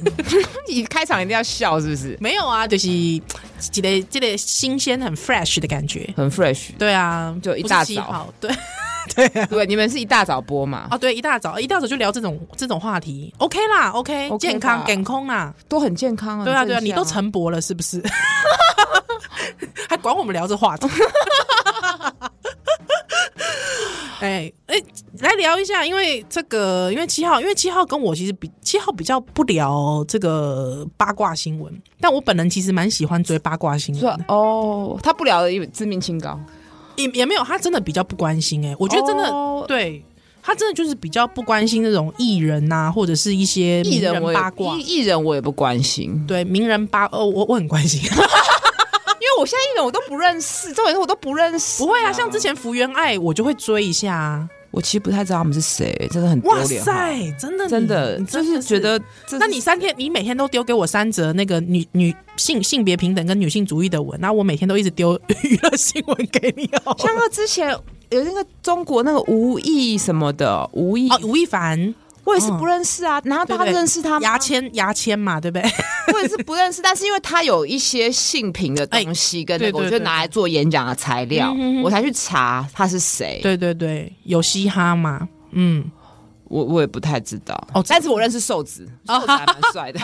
B: 你开场一定要笑，是不是？
A: 没有啊，就是这个这个新鲜很 fresh 的感觉。
B: 很 fresh，
A: 对啊，
B: 就一
A: 不是
B: 大
A: 稀
B: 早
A: 好，对
B: 对，你们是一大早播嘛，
A: 哦，对，一大早一大早就聊这种这种话题，OK 啦，OK，,
B: OK
A: 健康
B: 吧
A: 健康啦，
B: 都很健康啊。
A: 对啊
B: 很
A: 对啊，
B: 正
A: 你都
B: 向
A: 陈博了是不是？ 还管我们聊这话 题？哎哎，来聊一下，因为这个，因为七号，因为七号跟我其实比七号比较不聊这个八卦新闻，但我本人其实蛮喜欢追八卦新闻
B: 说
A: 的，
B: 哦，他不聊的因为致命清高，
A: 也也没有他真的比较不关心哎、我觉得真的、
B: 哦
A: 对他真的就是比较不关心那种艺人呐、或者是一些
B: 艺
A: 名
B: 人我也
A: 八卦
B: 艺，艺人我也不关心，
A: 对名人八哦，我我很关心，
B: 啊因为我现在艺人我都不认识，重点是我都不认识。
A: 不会啊，像之前福原爱我就会追一下啊。
B: 我其实不太知道他们是谁，真的很丢
A: 哇
B: 脸。
A: 塞，真的你
B: 真的
A: 你
B: 就是觉，得这是，
A: 那你三天，你每天都丢给我三则那个女女性性别平等跟女性主义的文，然后我每天都一直丢娱乐新闻给你哦。
B: 像那之前有那个中国那个吴亦什么的，吴亦
A: 哦哦，吴亦凡，
B: 我也是不认识啊，难道大家
A: 嗯对
B: 都认识他吗？
A: 牙签牙签嘛，对不对？
B: 我也是不认识，但是因为他有一些性平的东西跟那
A: 对
B: 个，
A: 对
B: 我就
A: 对嗯
B: 拿来做演讲的材料，我才去查他是谁。
A: 对对对，有嘻哈嘛，嗯，
B: 我我也不太知道
A: 哦
B: 但是我认识瘦子，瘦子还蛮 帅的，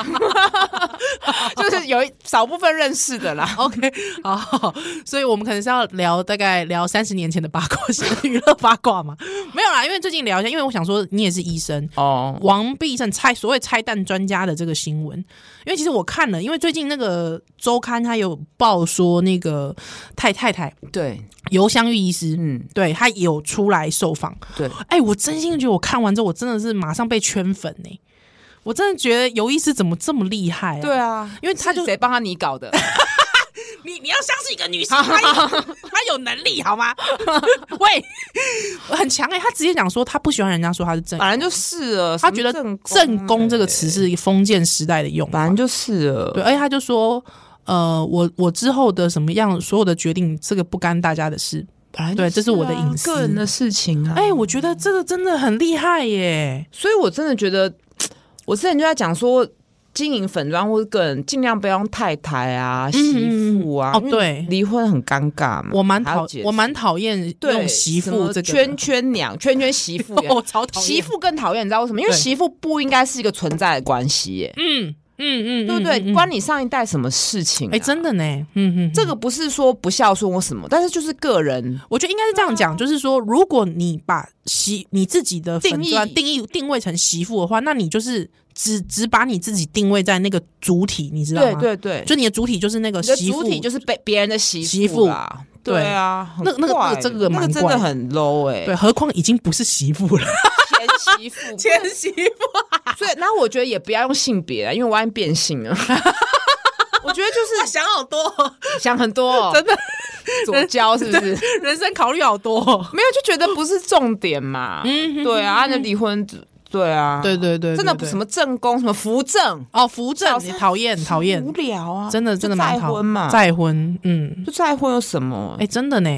B: 就是有一少部分认识的啦。
A: OK，好，
B: 哦
A: 所以我们可能是要聊大概聊三十年前的八卦，是娱乐八卦嘛？没有啦，因为最近聊一下，因为我想说你也是医生，
B: 哦，
A: 王必胜拆所谓拆弹专家的这个新闻，因为其实我看了，因为最近那个周刊他有报说那个太太太
B: 对，
A: 尤香玉医师，
B: 嗯，
A: 对他有出来受访，
B: 对，
A: 哎、我真心觉得我看完之后，我真的是马上被圈粉呢、我真的觉得尤医师怎么这么厉害啊？
B: 对啊，
A: 因为他就是
B: 谁帮他你搞的？
A: 你你要相信一个女生，她有她有能力好吗？ 喂，很强哎、欸，她直接讲说她不喜欢人家说她是正，
B: 反正就是了，
A: 她觉得
B: 什么
A: “
B: 啊正
A: 正宫”这个
B: 欸，
A: 词是封建时代的用法，
B: 反正就是
A: 对，
B: 了。
A: 而且她就说，呃，我我之后的什么样所有的决定，这个不干大家的事。
B: 本来就
A: 对这是我的
B: 啊
A: 隐私
B: 个人的事情啊。
A: 哎、我觉得这个真的很厉害耶、
B: 所以我真的觉得，我之前就在讲说，经营粉妆或者个人，尽量不要用太太啊、媳妇啊，
A: 嗯哦
B: 因为
A: 对
B: 离婚很尴尬嘛。
A: 我蛮
B: 还要
A: 讨
B: 解释
A: 我蛮讨厌
B: 对
A: 用媳
B: 什
A: 妇
B: 么
A: 这个
B: 圈，圈娘、圈圈媳 妇也，
A: 我超讨厌
B: 媳，妇更讨厌，你知道为什么？因为
A: 对
B: 媳妇不应该是一个存在的关系耶，
A: 嗯嗯嗯，
B: 对不
A: 嗯嗯
B: 对？
A: 嗯
B: 关你上一代什么事情啊？
A: 哎、真的呢，嗯嗯，
B: 这个不是说不孝顺或什么，但是就是个人
A: 我觉得应该是这样讲，就是说，如果你把媳你自己的粉砖
B: 定
A: 定义定位成媳妇的话，那你就是只只把你自己定位在那个主体，你知道
B: 对
A: 吗？
B: 对对，
A: 就你的主体就是那个
B: 你的
A: 媳妇，
B: 主体就是被别人的呃媳
A: 媳妇
B: 妇啦。
A: 对
B: 对啊，很
A: 那那个
B: 怪
A: 那个这个
B: 那
A: 蛮
B: 个真
A: 怪
B: 的
A: 的
B: 很 low 哎、
A: 对，何况已经不是媳妇了，
B: 前媳啊妇，
A: 媳妇
B: 所以那我觉得也不要用性别
A: 啊
B: 了，因为我万一变性了。 我觉得就是
A: 想好多，
B: 想很多、哦，
A: 真的
B: 左交是不是？
A: 人生考虑好多。哦
B: 没有就觉得不是重点嘛。
A: 嗯
B: 对啊，那离婚，对啊，
A: 对对对，
B: 真的不
A: 对
B: 什么正宫，什么扶正，
A: 哦，扶正
B: 小，三
A: 讨厌讨厌
B: 无，聊啊，
A: 真的真的
B: 就
A: 蛮
B: 再
A: 讨
B: 婚嘛，
A: 再婚，嗯，
B: 就再婚有什么？
A: 哎，真的呢，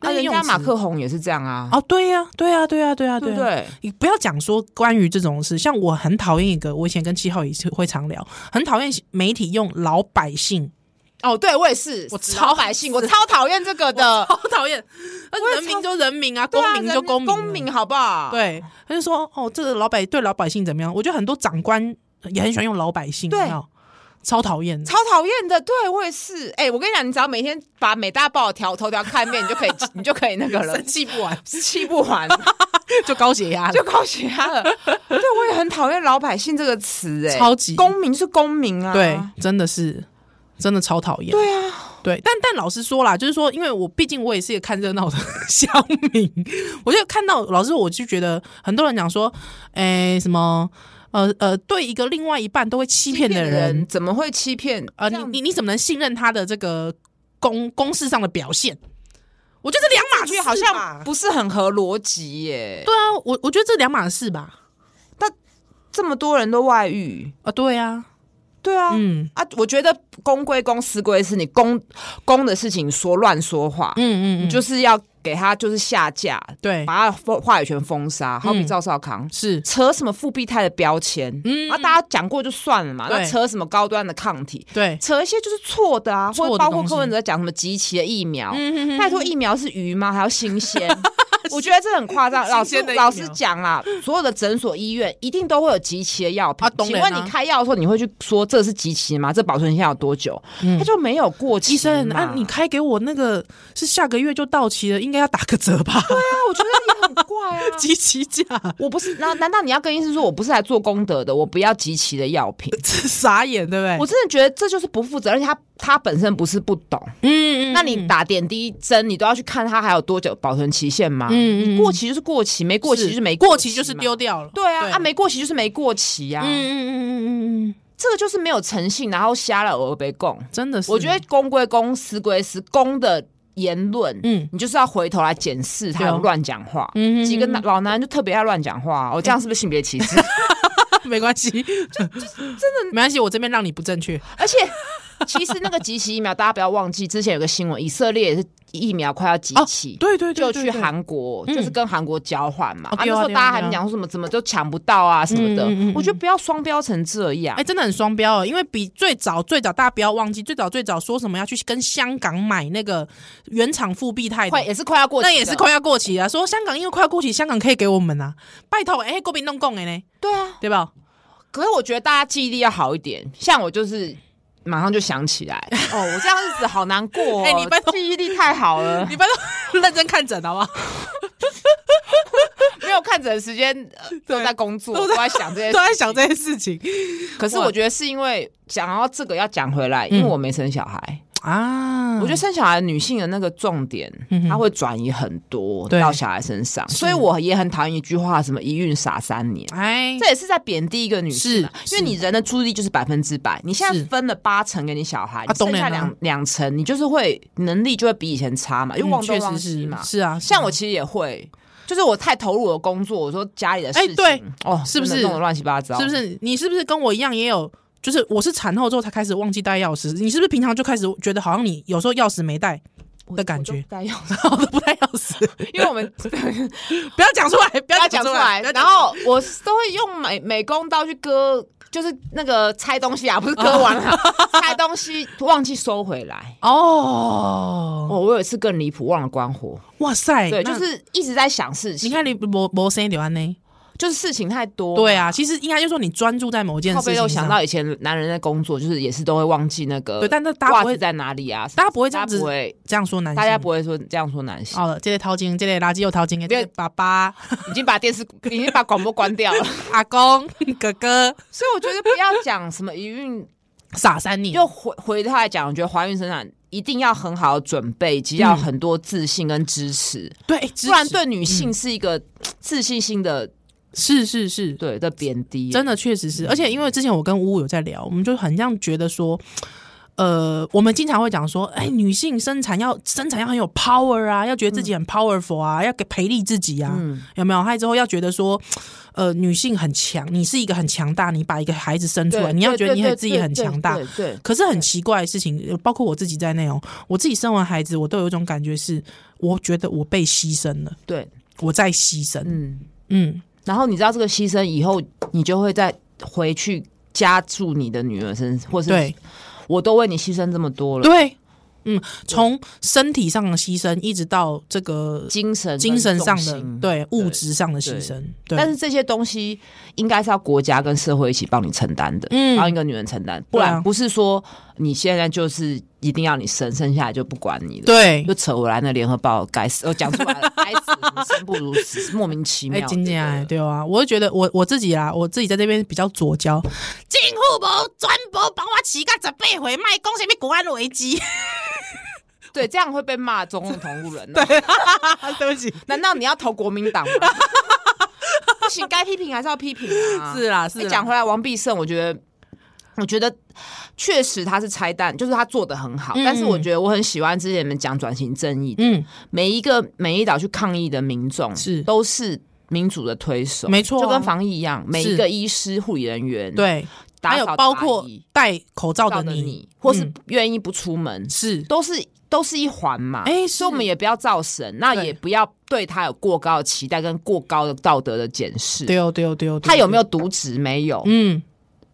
B: 那
A: 个
B: 人家
A: 用词
B: 马克宏也是这样啊，
A: 哦，对呀，对呀，对呀，对呀，
B: 对
A: 啊
B: 不对？
A: 你不要讲说关于这种事，像我很讨厌一个，我以前跟七号也是会常聊，很讨厌媒体用老百姓，
B: 哦，对我也是，
A: 我
B: 死
A: 超
B: 老百姓，我超讨厌这个的，
A: 好讨厌。那人民就人民啊，公民就公
B: 公
A: 民，啊
B: 公民。好不好？
A: 对，他就说哦，这个老百对老百姓怎么样？我觉得很多长官也很喜欢用老百姓，
B: 对
A: 有没有，超讨厌的。
B: 超讨厌的，对我也是。哎、我跟你讲，你只要每天把美大报条头条看一遍，你就可以， 你就可以那个了，
A: 气不完
B: 气不完，
A: 就高血压
B: 就
A: 了，
B: 高血压了。对，我也很讨厌“老百姓”这个词、哎，
A: 超级
B: 公民是公民啊，
A: 对，真的是真的超讨厌。
B: 对啊，
A: 对，但但老实说啦，就是说，因为我毕竟我也是一个看热闹的 乡民，我就看到老师，我就觉得很多人讲说，哎、什么，呃呃，对一个另外一半都会欺骗的人，
B: 怎么会欺骗？
A: 呃，
B: 这
A: 你
B: 样
A: 你你怎么能信任他的这个公公事上的表现？我觉得这两码
B: 感
A: 事
B: 觉好像
A: 吧
B: 不是很合逻辑耶。
A: 对啊，我我觉得这两码事吧。
B: 这么多人都外遇，
A: 啊，对啊，
B: 对啊，
A: 嗯
B: 啊，我觉得公归公，私归私，你公公的事情说乱说话，
A: 嗯嗯嗯，
B: 就是要给他就是下架，
A: 对，嗯
B: 把他封话语权封杀，好比赵少康。
A: 是
B: 扯什么复必泰的标签，
A: 嗯
B: 啊，大家讲过就算了嘛。
A: 对
B: 那扯什么高端的抗体，
A: 对，
B: 扯一些就是错的啊，
A: 错的
B: 或者包括
A: 东西
B: 柯文哲讲什么集齐的疫苗，
A: 嗯
B: 拜托疫苗是鱼吗？还要 新鲜？我觉得这很夸张。老
A: 新
B: 师
A: 鲜的疫苗
B: 老师讲啦，所有的诊所、医院一定都会有集齐的药品
A: 啊。懂
B: 请
A: 了
B: 问
A: 呢
B: 你开药的时候，你会去说这是集齐吗？这保存期限有多久？它就没有过
A: 嗯
B: 期嘛。
A: 医生，啊，你开给我那个是下个月就到期了，应该要打个折吧？
B: 啊， 我觉得你很 怪啊。
A: 集齐价，
B: 我不是，那难道你要跟医生说，我不是来做功德的，我不要集齐的药品？
A: 这傻眼，对不对？
B: 我真的觉得这就是不负责，而且他他本身不是不懂。
A: 嗯嗯
B: 那你打点滴针，你都要去看它还有多久保存期限吗？
A: 嗯嗯嗯
B: 过期就是过期，没过期就是没
A: 过
B: 期
A: 期就
B: 嘛
A: 是。丢掉了。
B: 对啊，啊没过期就是没过期呀、
A: 嗯嗯嗯嗯嗯嗯，
B: 这个就是没有诚信，然后瞎了耳被供。
A: 真的是，
B: 我觉得公归公，私归私，公的言论，
A: 嗯
B: 你就是要回头来检视他
A: 对啊
B: 有乱讲话。
A: 嗯嗯嗯
B: 几个男老男人就特别爱乱讲话，我、哦、这样是不是性 别歧视？
A: 没关系，就真的没关系，我这边让你不正确，
B: 而且其实那个集齐疫苗，大家不要忘记，之前有个新闻，以色列也是疫苗快要集齐。
A: 哦对对对
B: 就
A: 对，
B: 去
A: 对
B: 韩国，
A: 嗯
B: 就是跟韩国交换嘛。
A: 哦
B: 啊，那
A: 对
B: 时
A: 啊
B: 候
A: 对啊
B: 大家还
A: 对啊
B: 讲说什么怎么就抢不到啊什么的
A: 嗯嗯嗯嗯。
B: 我觉得不要双标成这样
A: 哎、。真的很双标哦，因为比最早最早大家不要忘记，最早最早说什么要去跟香港买那个原厂复必泰
B: 快
A: 的。
B: 也是快要过期
A: 那
B: 的，
A: 也是快要过期了、说香港因为快要过期，香港可以给我们啊，拜托，哎、国民弄供哎呢，
B: 对啊。
A: 对吧？
B: 可是我觉得大家记忆力要好一点，像我就是马上就想起来哦，我这样日子好难过、 哦。
A: 哎你拜托
B: 记忆力太好了，
A: 你拜托认真看诊好不好？
B: 没有看诊的时间、呃都在工作，
A: 都
B: 都
A: 在
B: 在啊想这 些，
A: 都在想。这件事情
B: 可是我觉得是因为讲到这个要讲回来，因为我没生小孩，
A: 啊，
B: 我觉得生小孩女性的那个重点，
A: 嗯哼
B: 她会转移很多
A: 对
B: 到小孩身上，所以我也很讨厌一句话，什么一孕傻三年。
A: 哎，
B: 这也是在贬低一个女性啊，
A: 是
B: 因为你人的注意力就是百分之百，你现在
A: 是
B: 分了八成给你小孩，你
A: 当
B: 剩
A: 然
B: 下
A: 啊
B: 两两成，你就是会能力就会比以前差嘛，因为
A: 嗯
B: 忘东
A: 确
B: 忘
A: 实
B: 西嘛
A: 是。是啊，
B: 像我
A: 是
B: 其实也会，就是我太投入我的工作，我说家里的事
A: 哎
B: 情，
A: 对，
B: 哦，
A: 是不是
B: 真的弄得乱七八糟？
A: 啊是不？是你是不是跟我一样也有？就是我是产后之后才开始忘记带钥匙，你是不是平常就开始觉得好像你有时候钥匙没带，的感觉
B: 我就不该用，
A: 我都不带钥匙，
B: 因为 我们
A: 不要讲出来，不
B: 不
A: 要
B: 要讲出
A: 来
B: 来，，
A: 不要讲
B: 然后我都会用美美工刀去割，就是那个拆东西啊，不是割完 了拆东西，忘记收回来。
A: 哦，
B: 哦，我有一次更离谱，忘了关火。
A: 哇塞，
B: 对，就
A: 那
B: 是一直在想事情。
A: 你看你没没生留安呢？
B: 就是事情太多。
A: 对，啊，其实应该就说你专注在某件
B: 后
A: 事
B: 背
A: 情
B: 又
A: 上，
B: 想到以前男人在工作，就是也是都会忘记那个，
A: 对，但是大家
B: 袜
A: 不
B: 子
A: 会，
B: 在哪里啊？
A: 大家不会这
B: 大
A: 样
B: 家
A: 子
B: 不会，
A: 这样说男性，
B: 大家不会说这样说男性，
A: 好哦了，这类掏金，这类垃圾又掏金，这类爸 爸、
B: 已经把电视，已经把广播关掉了。
A: 阿公、哥哥，
B: 所以我觉得不要讲什么一 孕，
A: 傻三年，
B: 就回回头来讲，我觉得怀孕生产。一定要很好的准备，以及要很多自信跟嗯支持，嗯
A: 对，
B: 不然
A: 支持
B: 对女性是一个自信心的
A: 是是是，
B: 对的贬低。
A: 真的确实是，而且因为之前我跟呜呜有在聊，我们就很像觉得说。呃，我们经常会讲说，哎、女性生产要生产要很有 power 啊，要觉得自
B: 嗯
A: 己很 powerful 啊，要给培力自己啊，有没有？还有之后要觉得说，呃，女性很强，你是一个很强大，你把一个孩子生出
B: 对，
A: 来，你要觉得你
B: 对
A: 很自己很强大
B: 对。对对对
A: 可是很奇怪的事情，包括我自己在内哦，我自己生完孩子，我都有一种感觉是，我觉得我被牺牲了，
B: 对，
A: 我在牺牲。
B: 嗯。
A: 嗯，
B: 然后你知道这个牺牲以后，你就会再回去加注你的女儿身，或是
A: 对，
B: 我都为你牺牲这么多了，
A: 对，嗯，从身体上的牺牲一直到这个
B: 精神跟
A: 精神上
B: 重
A: 的
B: 心。
A: 对物质上的牺牲，对，
B: 但是这些东西应该是要国家跟社会一起帮你承担的，
A: 嗯
B: 帮一个女人承担，不
A: 对啊
B: 然不是说你现在就是一定要你生，生下来就不管你了，
A: 对
B: 又，扯回来那联合报该死，我讲出来了，该死，什么生不如死，莫名其
A: 哎，
B: 妙。
A: 今天哎，对啊，我就觉得我我自己啊，我自己在这边比较左交，进户无专博帮我起个十八回卖，讲什么国安危机？
B: 对，这样会被骂中共同路人、啊。
A: 对 不起，
B: 难道你要投国民党吗？不行，该批评还是要批评啊。
A: 是啦是
B: 你
A: 啦
B: 讲回来，王必胜，我觉得，我觉得确实他是拆弹，就是他做的很好。
A: 嗯
B: 但是我觉得我很喜欢之前你们讲转型正义，
A: 嗯，
B: 每一个每一岛去抗议的民众
A: 是
B: 都是。民主的推手，
A: 没错啊
B: 就跟防疫一样，每一个医师、护理人员，，
A: 对，
B: 打
A: 还有
B: 扫
A: 包括
B: 打理
A: 戴口罩
B: 到
A: 的
B: 的
A: 你
B: 你，，或是
A: 嗯
B: 愿意不出门，
A: 是
B: 都是都是一环嘛。
A: 哎是
B: 所以我们也不要造神，那
A: 对
B: 也不要对他有过高的期待跟过高的道德的检视。
A: 丢丢丢，对
B: 他有没有渎职？没有。
A: 嗯，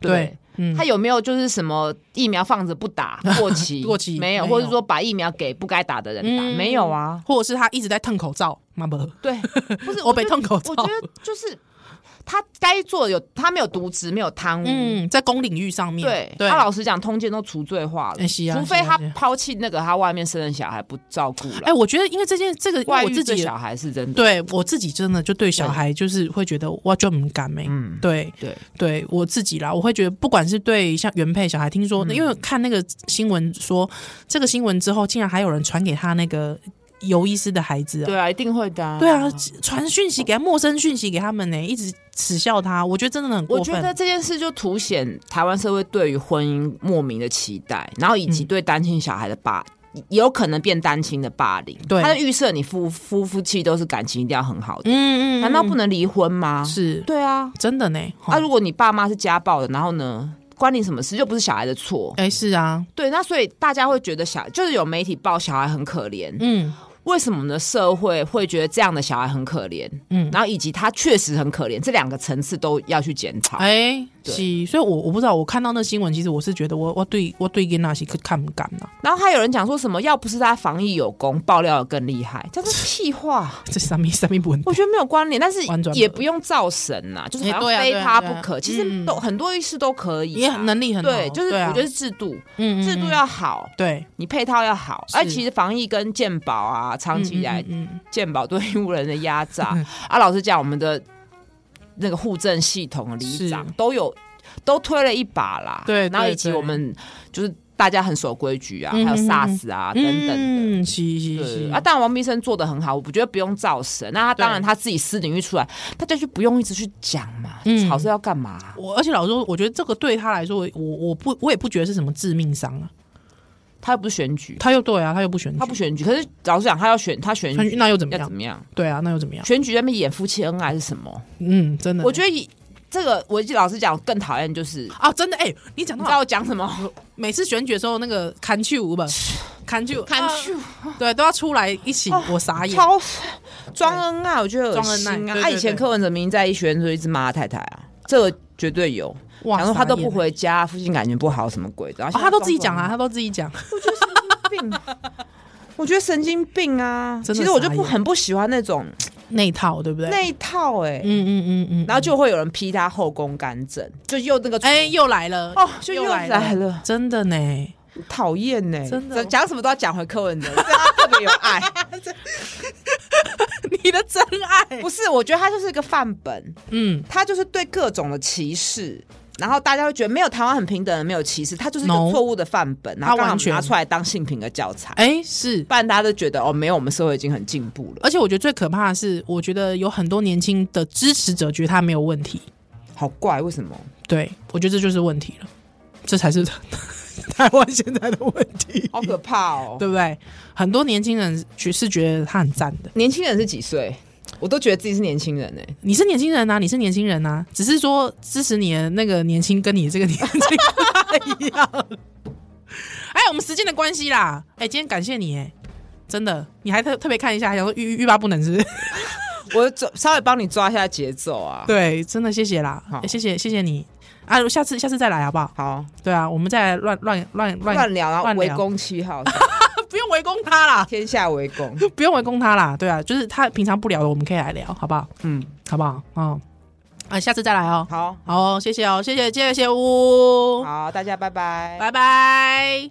B: 对
A: 对，嗯，
B: 他有没有就是什么疫苗放着 不打过期？
A: 过期
B: 没有，
A: 没有
B: 或者说把疫苗给不该打的人打？
A: 嗯
B: 没有啊。
A: 或者是他一直在蹭口罩，妈不，
B: 对，不是
A: 我被
B: 就
A: 蹭口
B: 我
A: 罩
B: 觉。得就是他该做的有，他没有渎职，没有贪污。
A: 嗯，在公领域上面，
B: 对，
A: 对，
B: 他老实讲，通奸都除罪化了，
A: 哎是啊
B: 除非
A: 是啊
B: 他
A: 是啊
B: 抛弃那个他外面生的小孩不照顾了。
A: 哎、我觉得因为这件这个，因为
B: 外
A: 我
B: 遇
A: 自
B: 对
A: 己
B: 小孩是真的，
A: 对我自己真的就对小孩就是会觉得哇就很感美。
B: 嗯，
A: 对
B: 对，
A: 对，我自己啦，我会觉得，不管是对像原配小孩，听
B: 嗯
A: 说、因为看那个新闻说，这个新闻之后，竟然还有人传给他那个尤医师的孩子、啊，
B: 对啊，一定会的、啊
A: 对啊，传讯息给他，陌生讯息给他们呢、一直耻笑他，我觉得真的很
B: 我
A: 过
B: 觉
A: 分。
B: 得这件事就凸显台湾社会对于婚姻莫名的期待，然后以
A: 嗯
B: 及对单亲小孩的霸，有可能变单亲的霸凌。
A: 对
B: 他的预设你夫夫夫妻都是感情一定要很好的，
A: 嗯嗯，
B: 难道
A: 嗯
B: 不能离婚吗？
A: 是哦
B: 对啊，
A: 真的呢、
B: 啊，如果你爸妈是家暴的，然后呢，关你什么事？又不是小孩的错。
A: 哎、是啊，
B: 对，那所以大家会觉得小就是有媒体报小孩很可怜，
A: 嗯
B: 为什么我们的社会会觉得这样的小孩很可怜？
A: 嗯
B: 嗯，然后以及他确实很可怜，这两个层次都要去检讨。
A: 哎、
B: 对
A: 是，所以我我不知道，我看到那新闻，其实我是觉得我我对我对跟那些看不敢呐、啊，
B: 然后还有人讲说什么，要不是他防疫有功，爆料的更厉害，这是屁话。
A: 这上面上面不稳
B: 我觉得没有关联，但是
A: 完全没有
B: 也不用造神呐、就是好
A: 哎对啊
B: 像非
A: 对啊
B: 他
A: 对啊
B: 不可。其
A: 嗯
B: 实都、很多意思都可以
A: 也
B: 啊、
A: 能力很好，
B: 对，就是
A: 啊
B: 我觉得是制度，
A: 嗯
B: 制度
A: 嗯嗯
B: 要好，
A: 对，
B: 你配套要好。
A: 是
B: 而其实防疫跟健保啊，长期以来
A: 嗯嗯嗯
B: 健保对义务人的压榨、
A: 嗯
B: 啊，老实讲，我们的那个户政系统里长
A: 是
B: 都有都推了一把啦，
A: 对
B: 然后
A: 对
B: 以及
A: 对
B: 我们就是大家很守规矩啊，
A: 嗯
B: 还有
A: 嗯嗯
B: SARS 啊、
A: 嗯
B: 等等的。
A: 嗯，是是
B: 对
A: 是
B: 啊，当然王必胜做的很好，我觉得不用造神。那他当然
A: 对
B: 他自己私领域出来，大家就不用一直去讲嘛，
A: 嗯
B: 吵是要干嘛？
A: 我而且老实说，我觉得这个对他来说，我我不我也不觉得是什么致命伤啊。
B: 他又不是选举，
A: 他又对啊，他又不选举，
B: 他不选举，可是老实讲，他要选，他选
A: 选举
B: 举
A: 那又怎么
B: 要
A: 样
B: 怎？么样？
A: 对啊，那又怎么样？
B: 选举在那边演夫妻恩爱是什么？
A: 嗯，真的，
B: 我觉得以这个，我老实讲，更讨厌就是
A: 啊，真的哎、你讲
B: 你
A: 到
B: 知道我讲什么？
A: 每次选举的时候，那 个砍去五本，砍去
B: 看去哦
A: 对，都要出来一起，我傻眼。
B: 超装恩爱，我觉得恶心
A: 哎装恩爱
B: 啊！
A: 对
B: 他
A: 对
B: 以前
A: 对
B: 柯文哲明明在一选的时候一直骂他太太啊，这个绝对有。
A: 哇
B: 然后他都不
A: 傻眼
B: 回家，父亲感觉不好，什么鬼的？然
A: 啊，
B: 后现在
A: 他都自己
B: 装
A: 讲
B: 作
A: 啊，他都自己讲。
B: 病。 我觉得神经病啊！
A: 真的
B: 其实我就
A: 傻
B: 不
A: 眼
B: 很不喜欢那种
A: 那一套对不对？
B: 那一套哎、
A: 嗯嗯嗯嗯，
B: 然后就会有人批他后宫干政，就又那个
A: 哎、又来了
B: 哦，就又
A: 来
B: 来了，
A: 真的 呢。
B: 讨厌呢，
A: 真的哦
B: 讲什么都要讲回柯文哲，对他特别有 爱。
A: 你的真爱，
B: 不是，我觉得他就是一个范本，
A: 嗯
B: 他就是对各种的歧视。然后大家会觉得没有台湾很平等，没有歧视，他就是一个
A: No
B: 错误的范本，然
A: 他
B: 后刚好
A: 完全
B: 拿出来当性平的教材，
A: 哎、是。
B: 不然大家都觉得哦，没有，我们社会已经很进步了，
A: 而且我觉得最可怕的是，我觉得有很多年轻的支持者觉得他没有问题，
B: 好怪，为 什么？
A: 对我觉得这就是问题了，这才是 台湾现在的问题，
B: 好可怕哦！
A: 对不对？很多年轻人觉是觉得他很赞的，
B: 年轻人是几岁？我都觉得自己是年轻人欸呢、
A: 你是年轻人呐、啊，你是年轻人呐、啊，只是说支持你的那个年轻跟你这个年轻不太一样。哎，我们时间的关系啦，哎，今天感谢你，哎，真的，你还特特别看一下，还想说欲欲欲罢不能是不 是？
B: 我走稍微帮你抓一下节奏啊。
A: 对，真的谢谢啦，
B: 好
A: 哎谢谢谢谢你啊，下次下次再来好不好？
B: 好，
A: 对啊，我们再来乱乱乱乱
B: 乱聊，然后
A: 乱
B: 围
A: 聊
B: 攻七号，
A: 不用围攻他啦，
B: 天下围攻。
A: 不用围攻他啦，对啊，就是他平常不聊的，我们可以来聊，好不好？
B: 嗯，
A: 好不好？嗯，啊，下次再来哦。
B: 好，
A: 好哦，谢谢哦，谢谢，谢谢呜，
B: 好，大家拜拜。
A: 拜拜。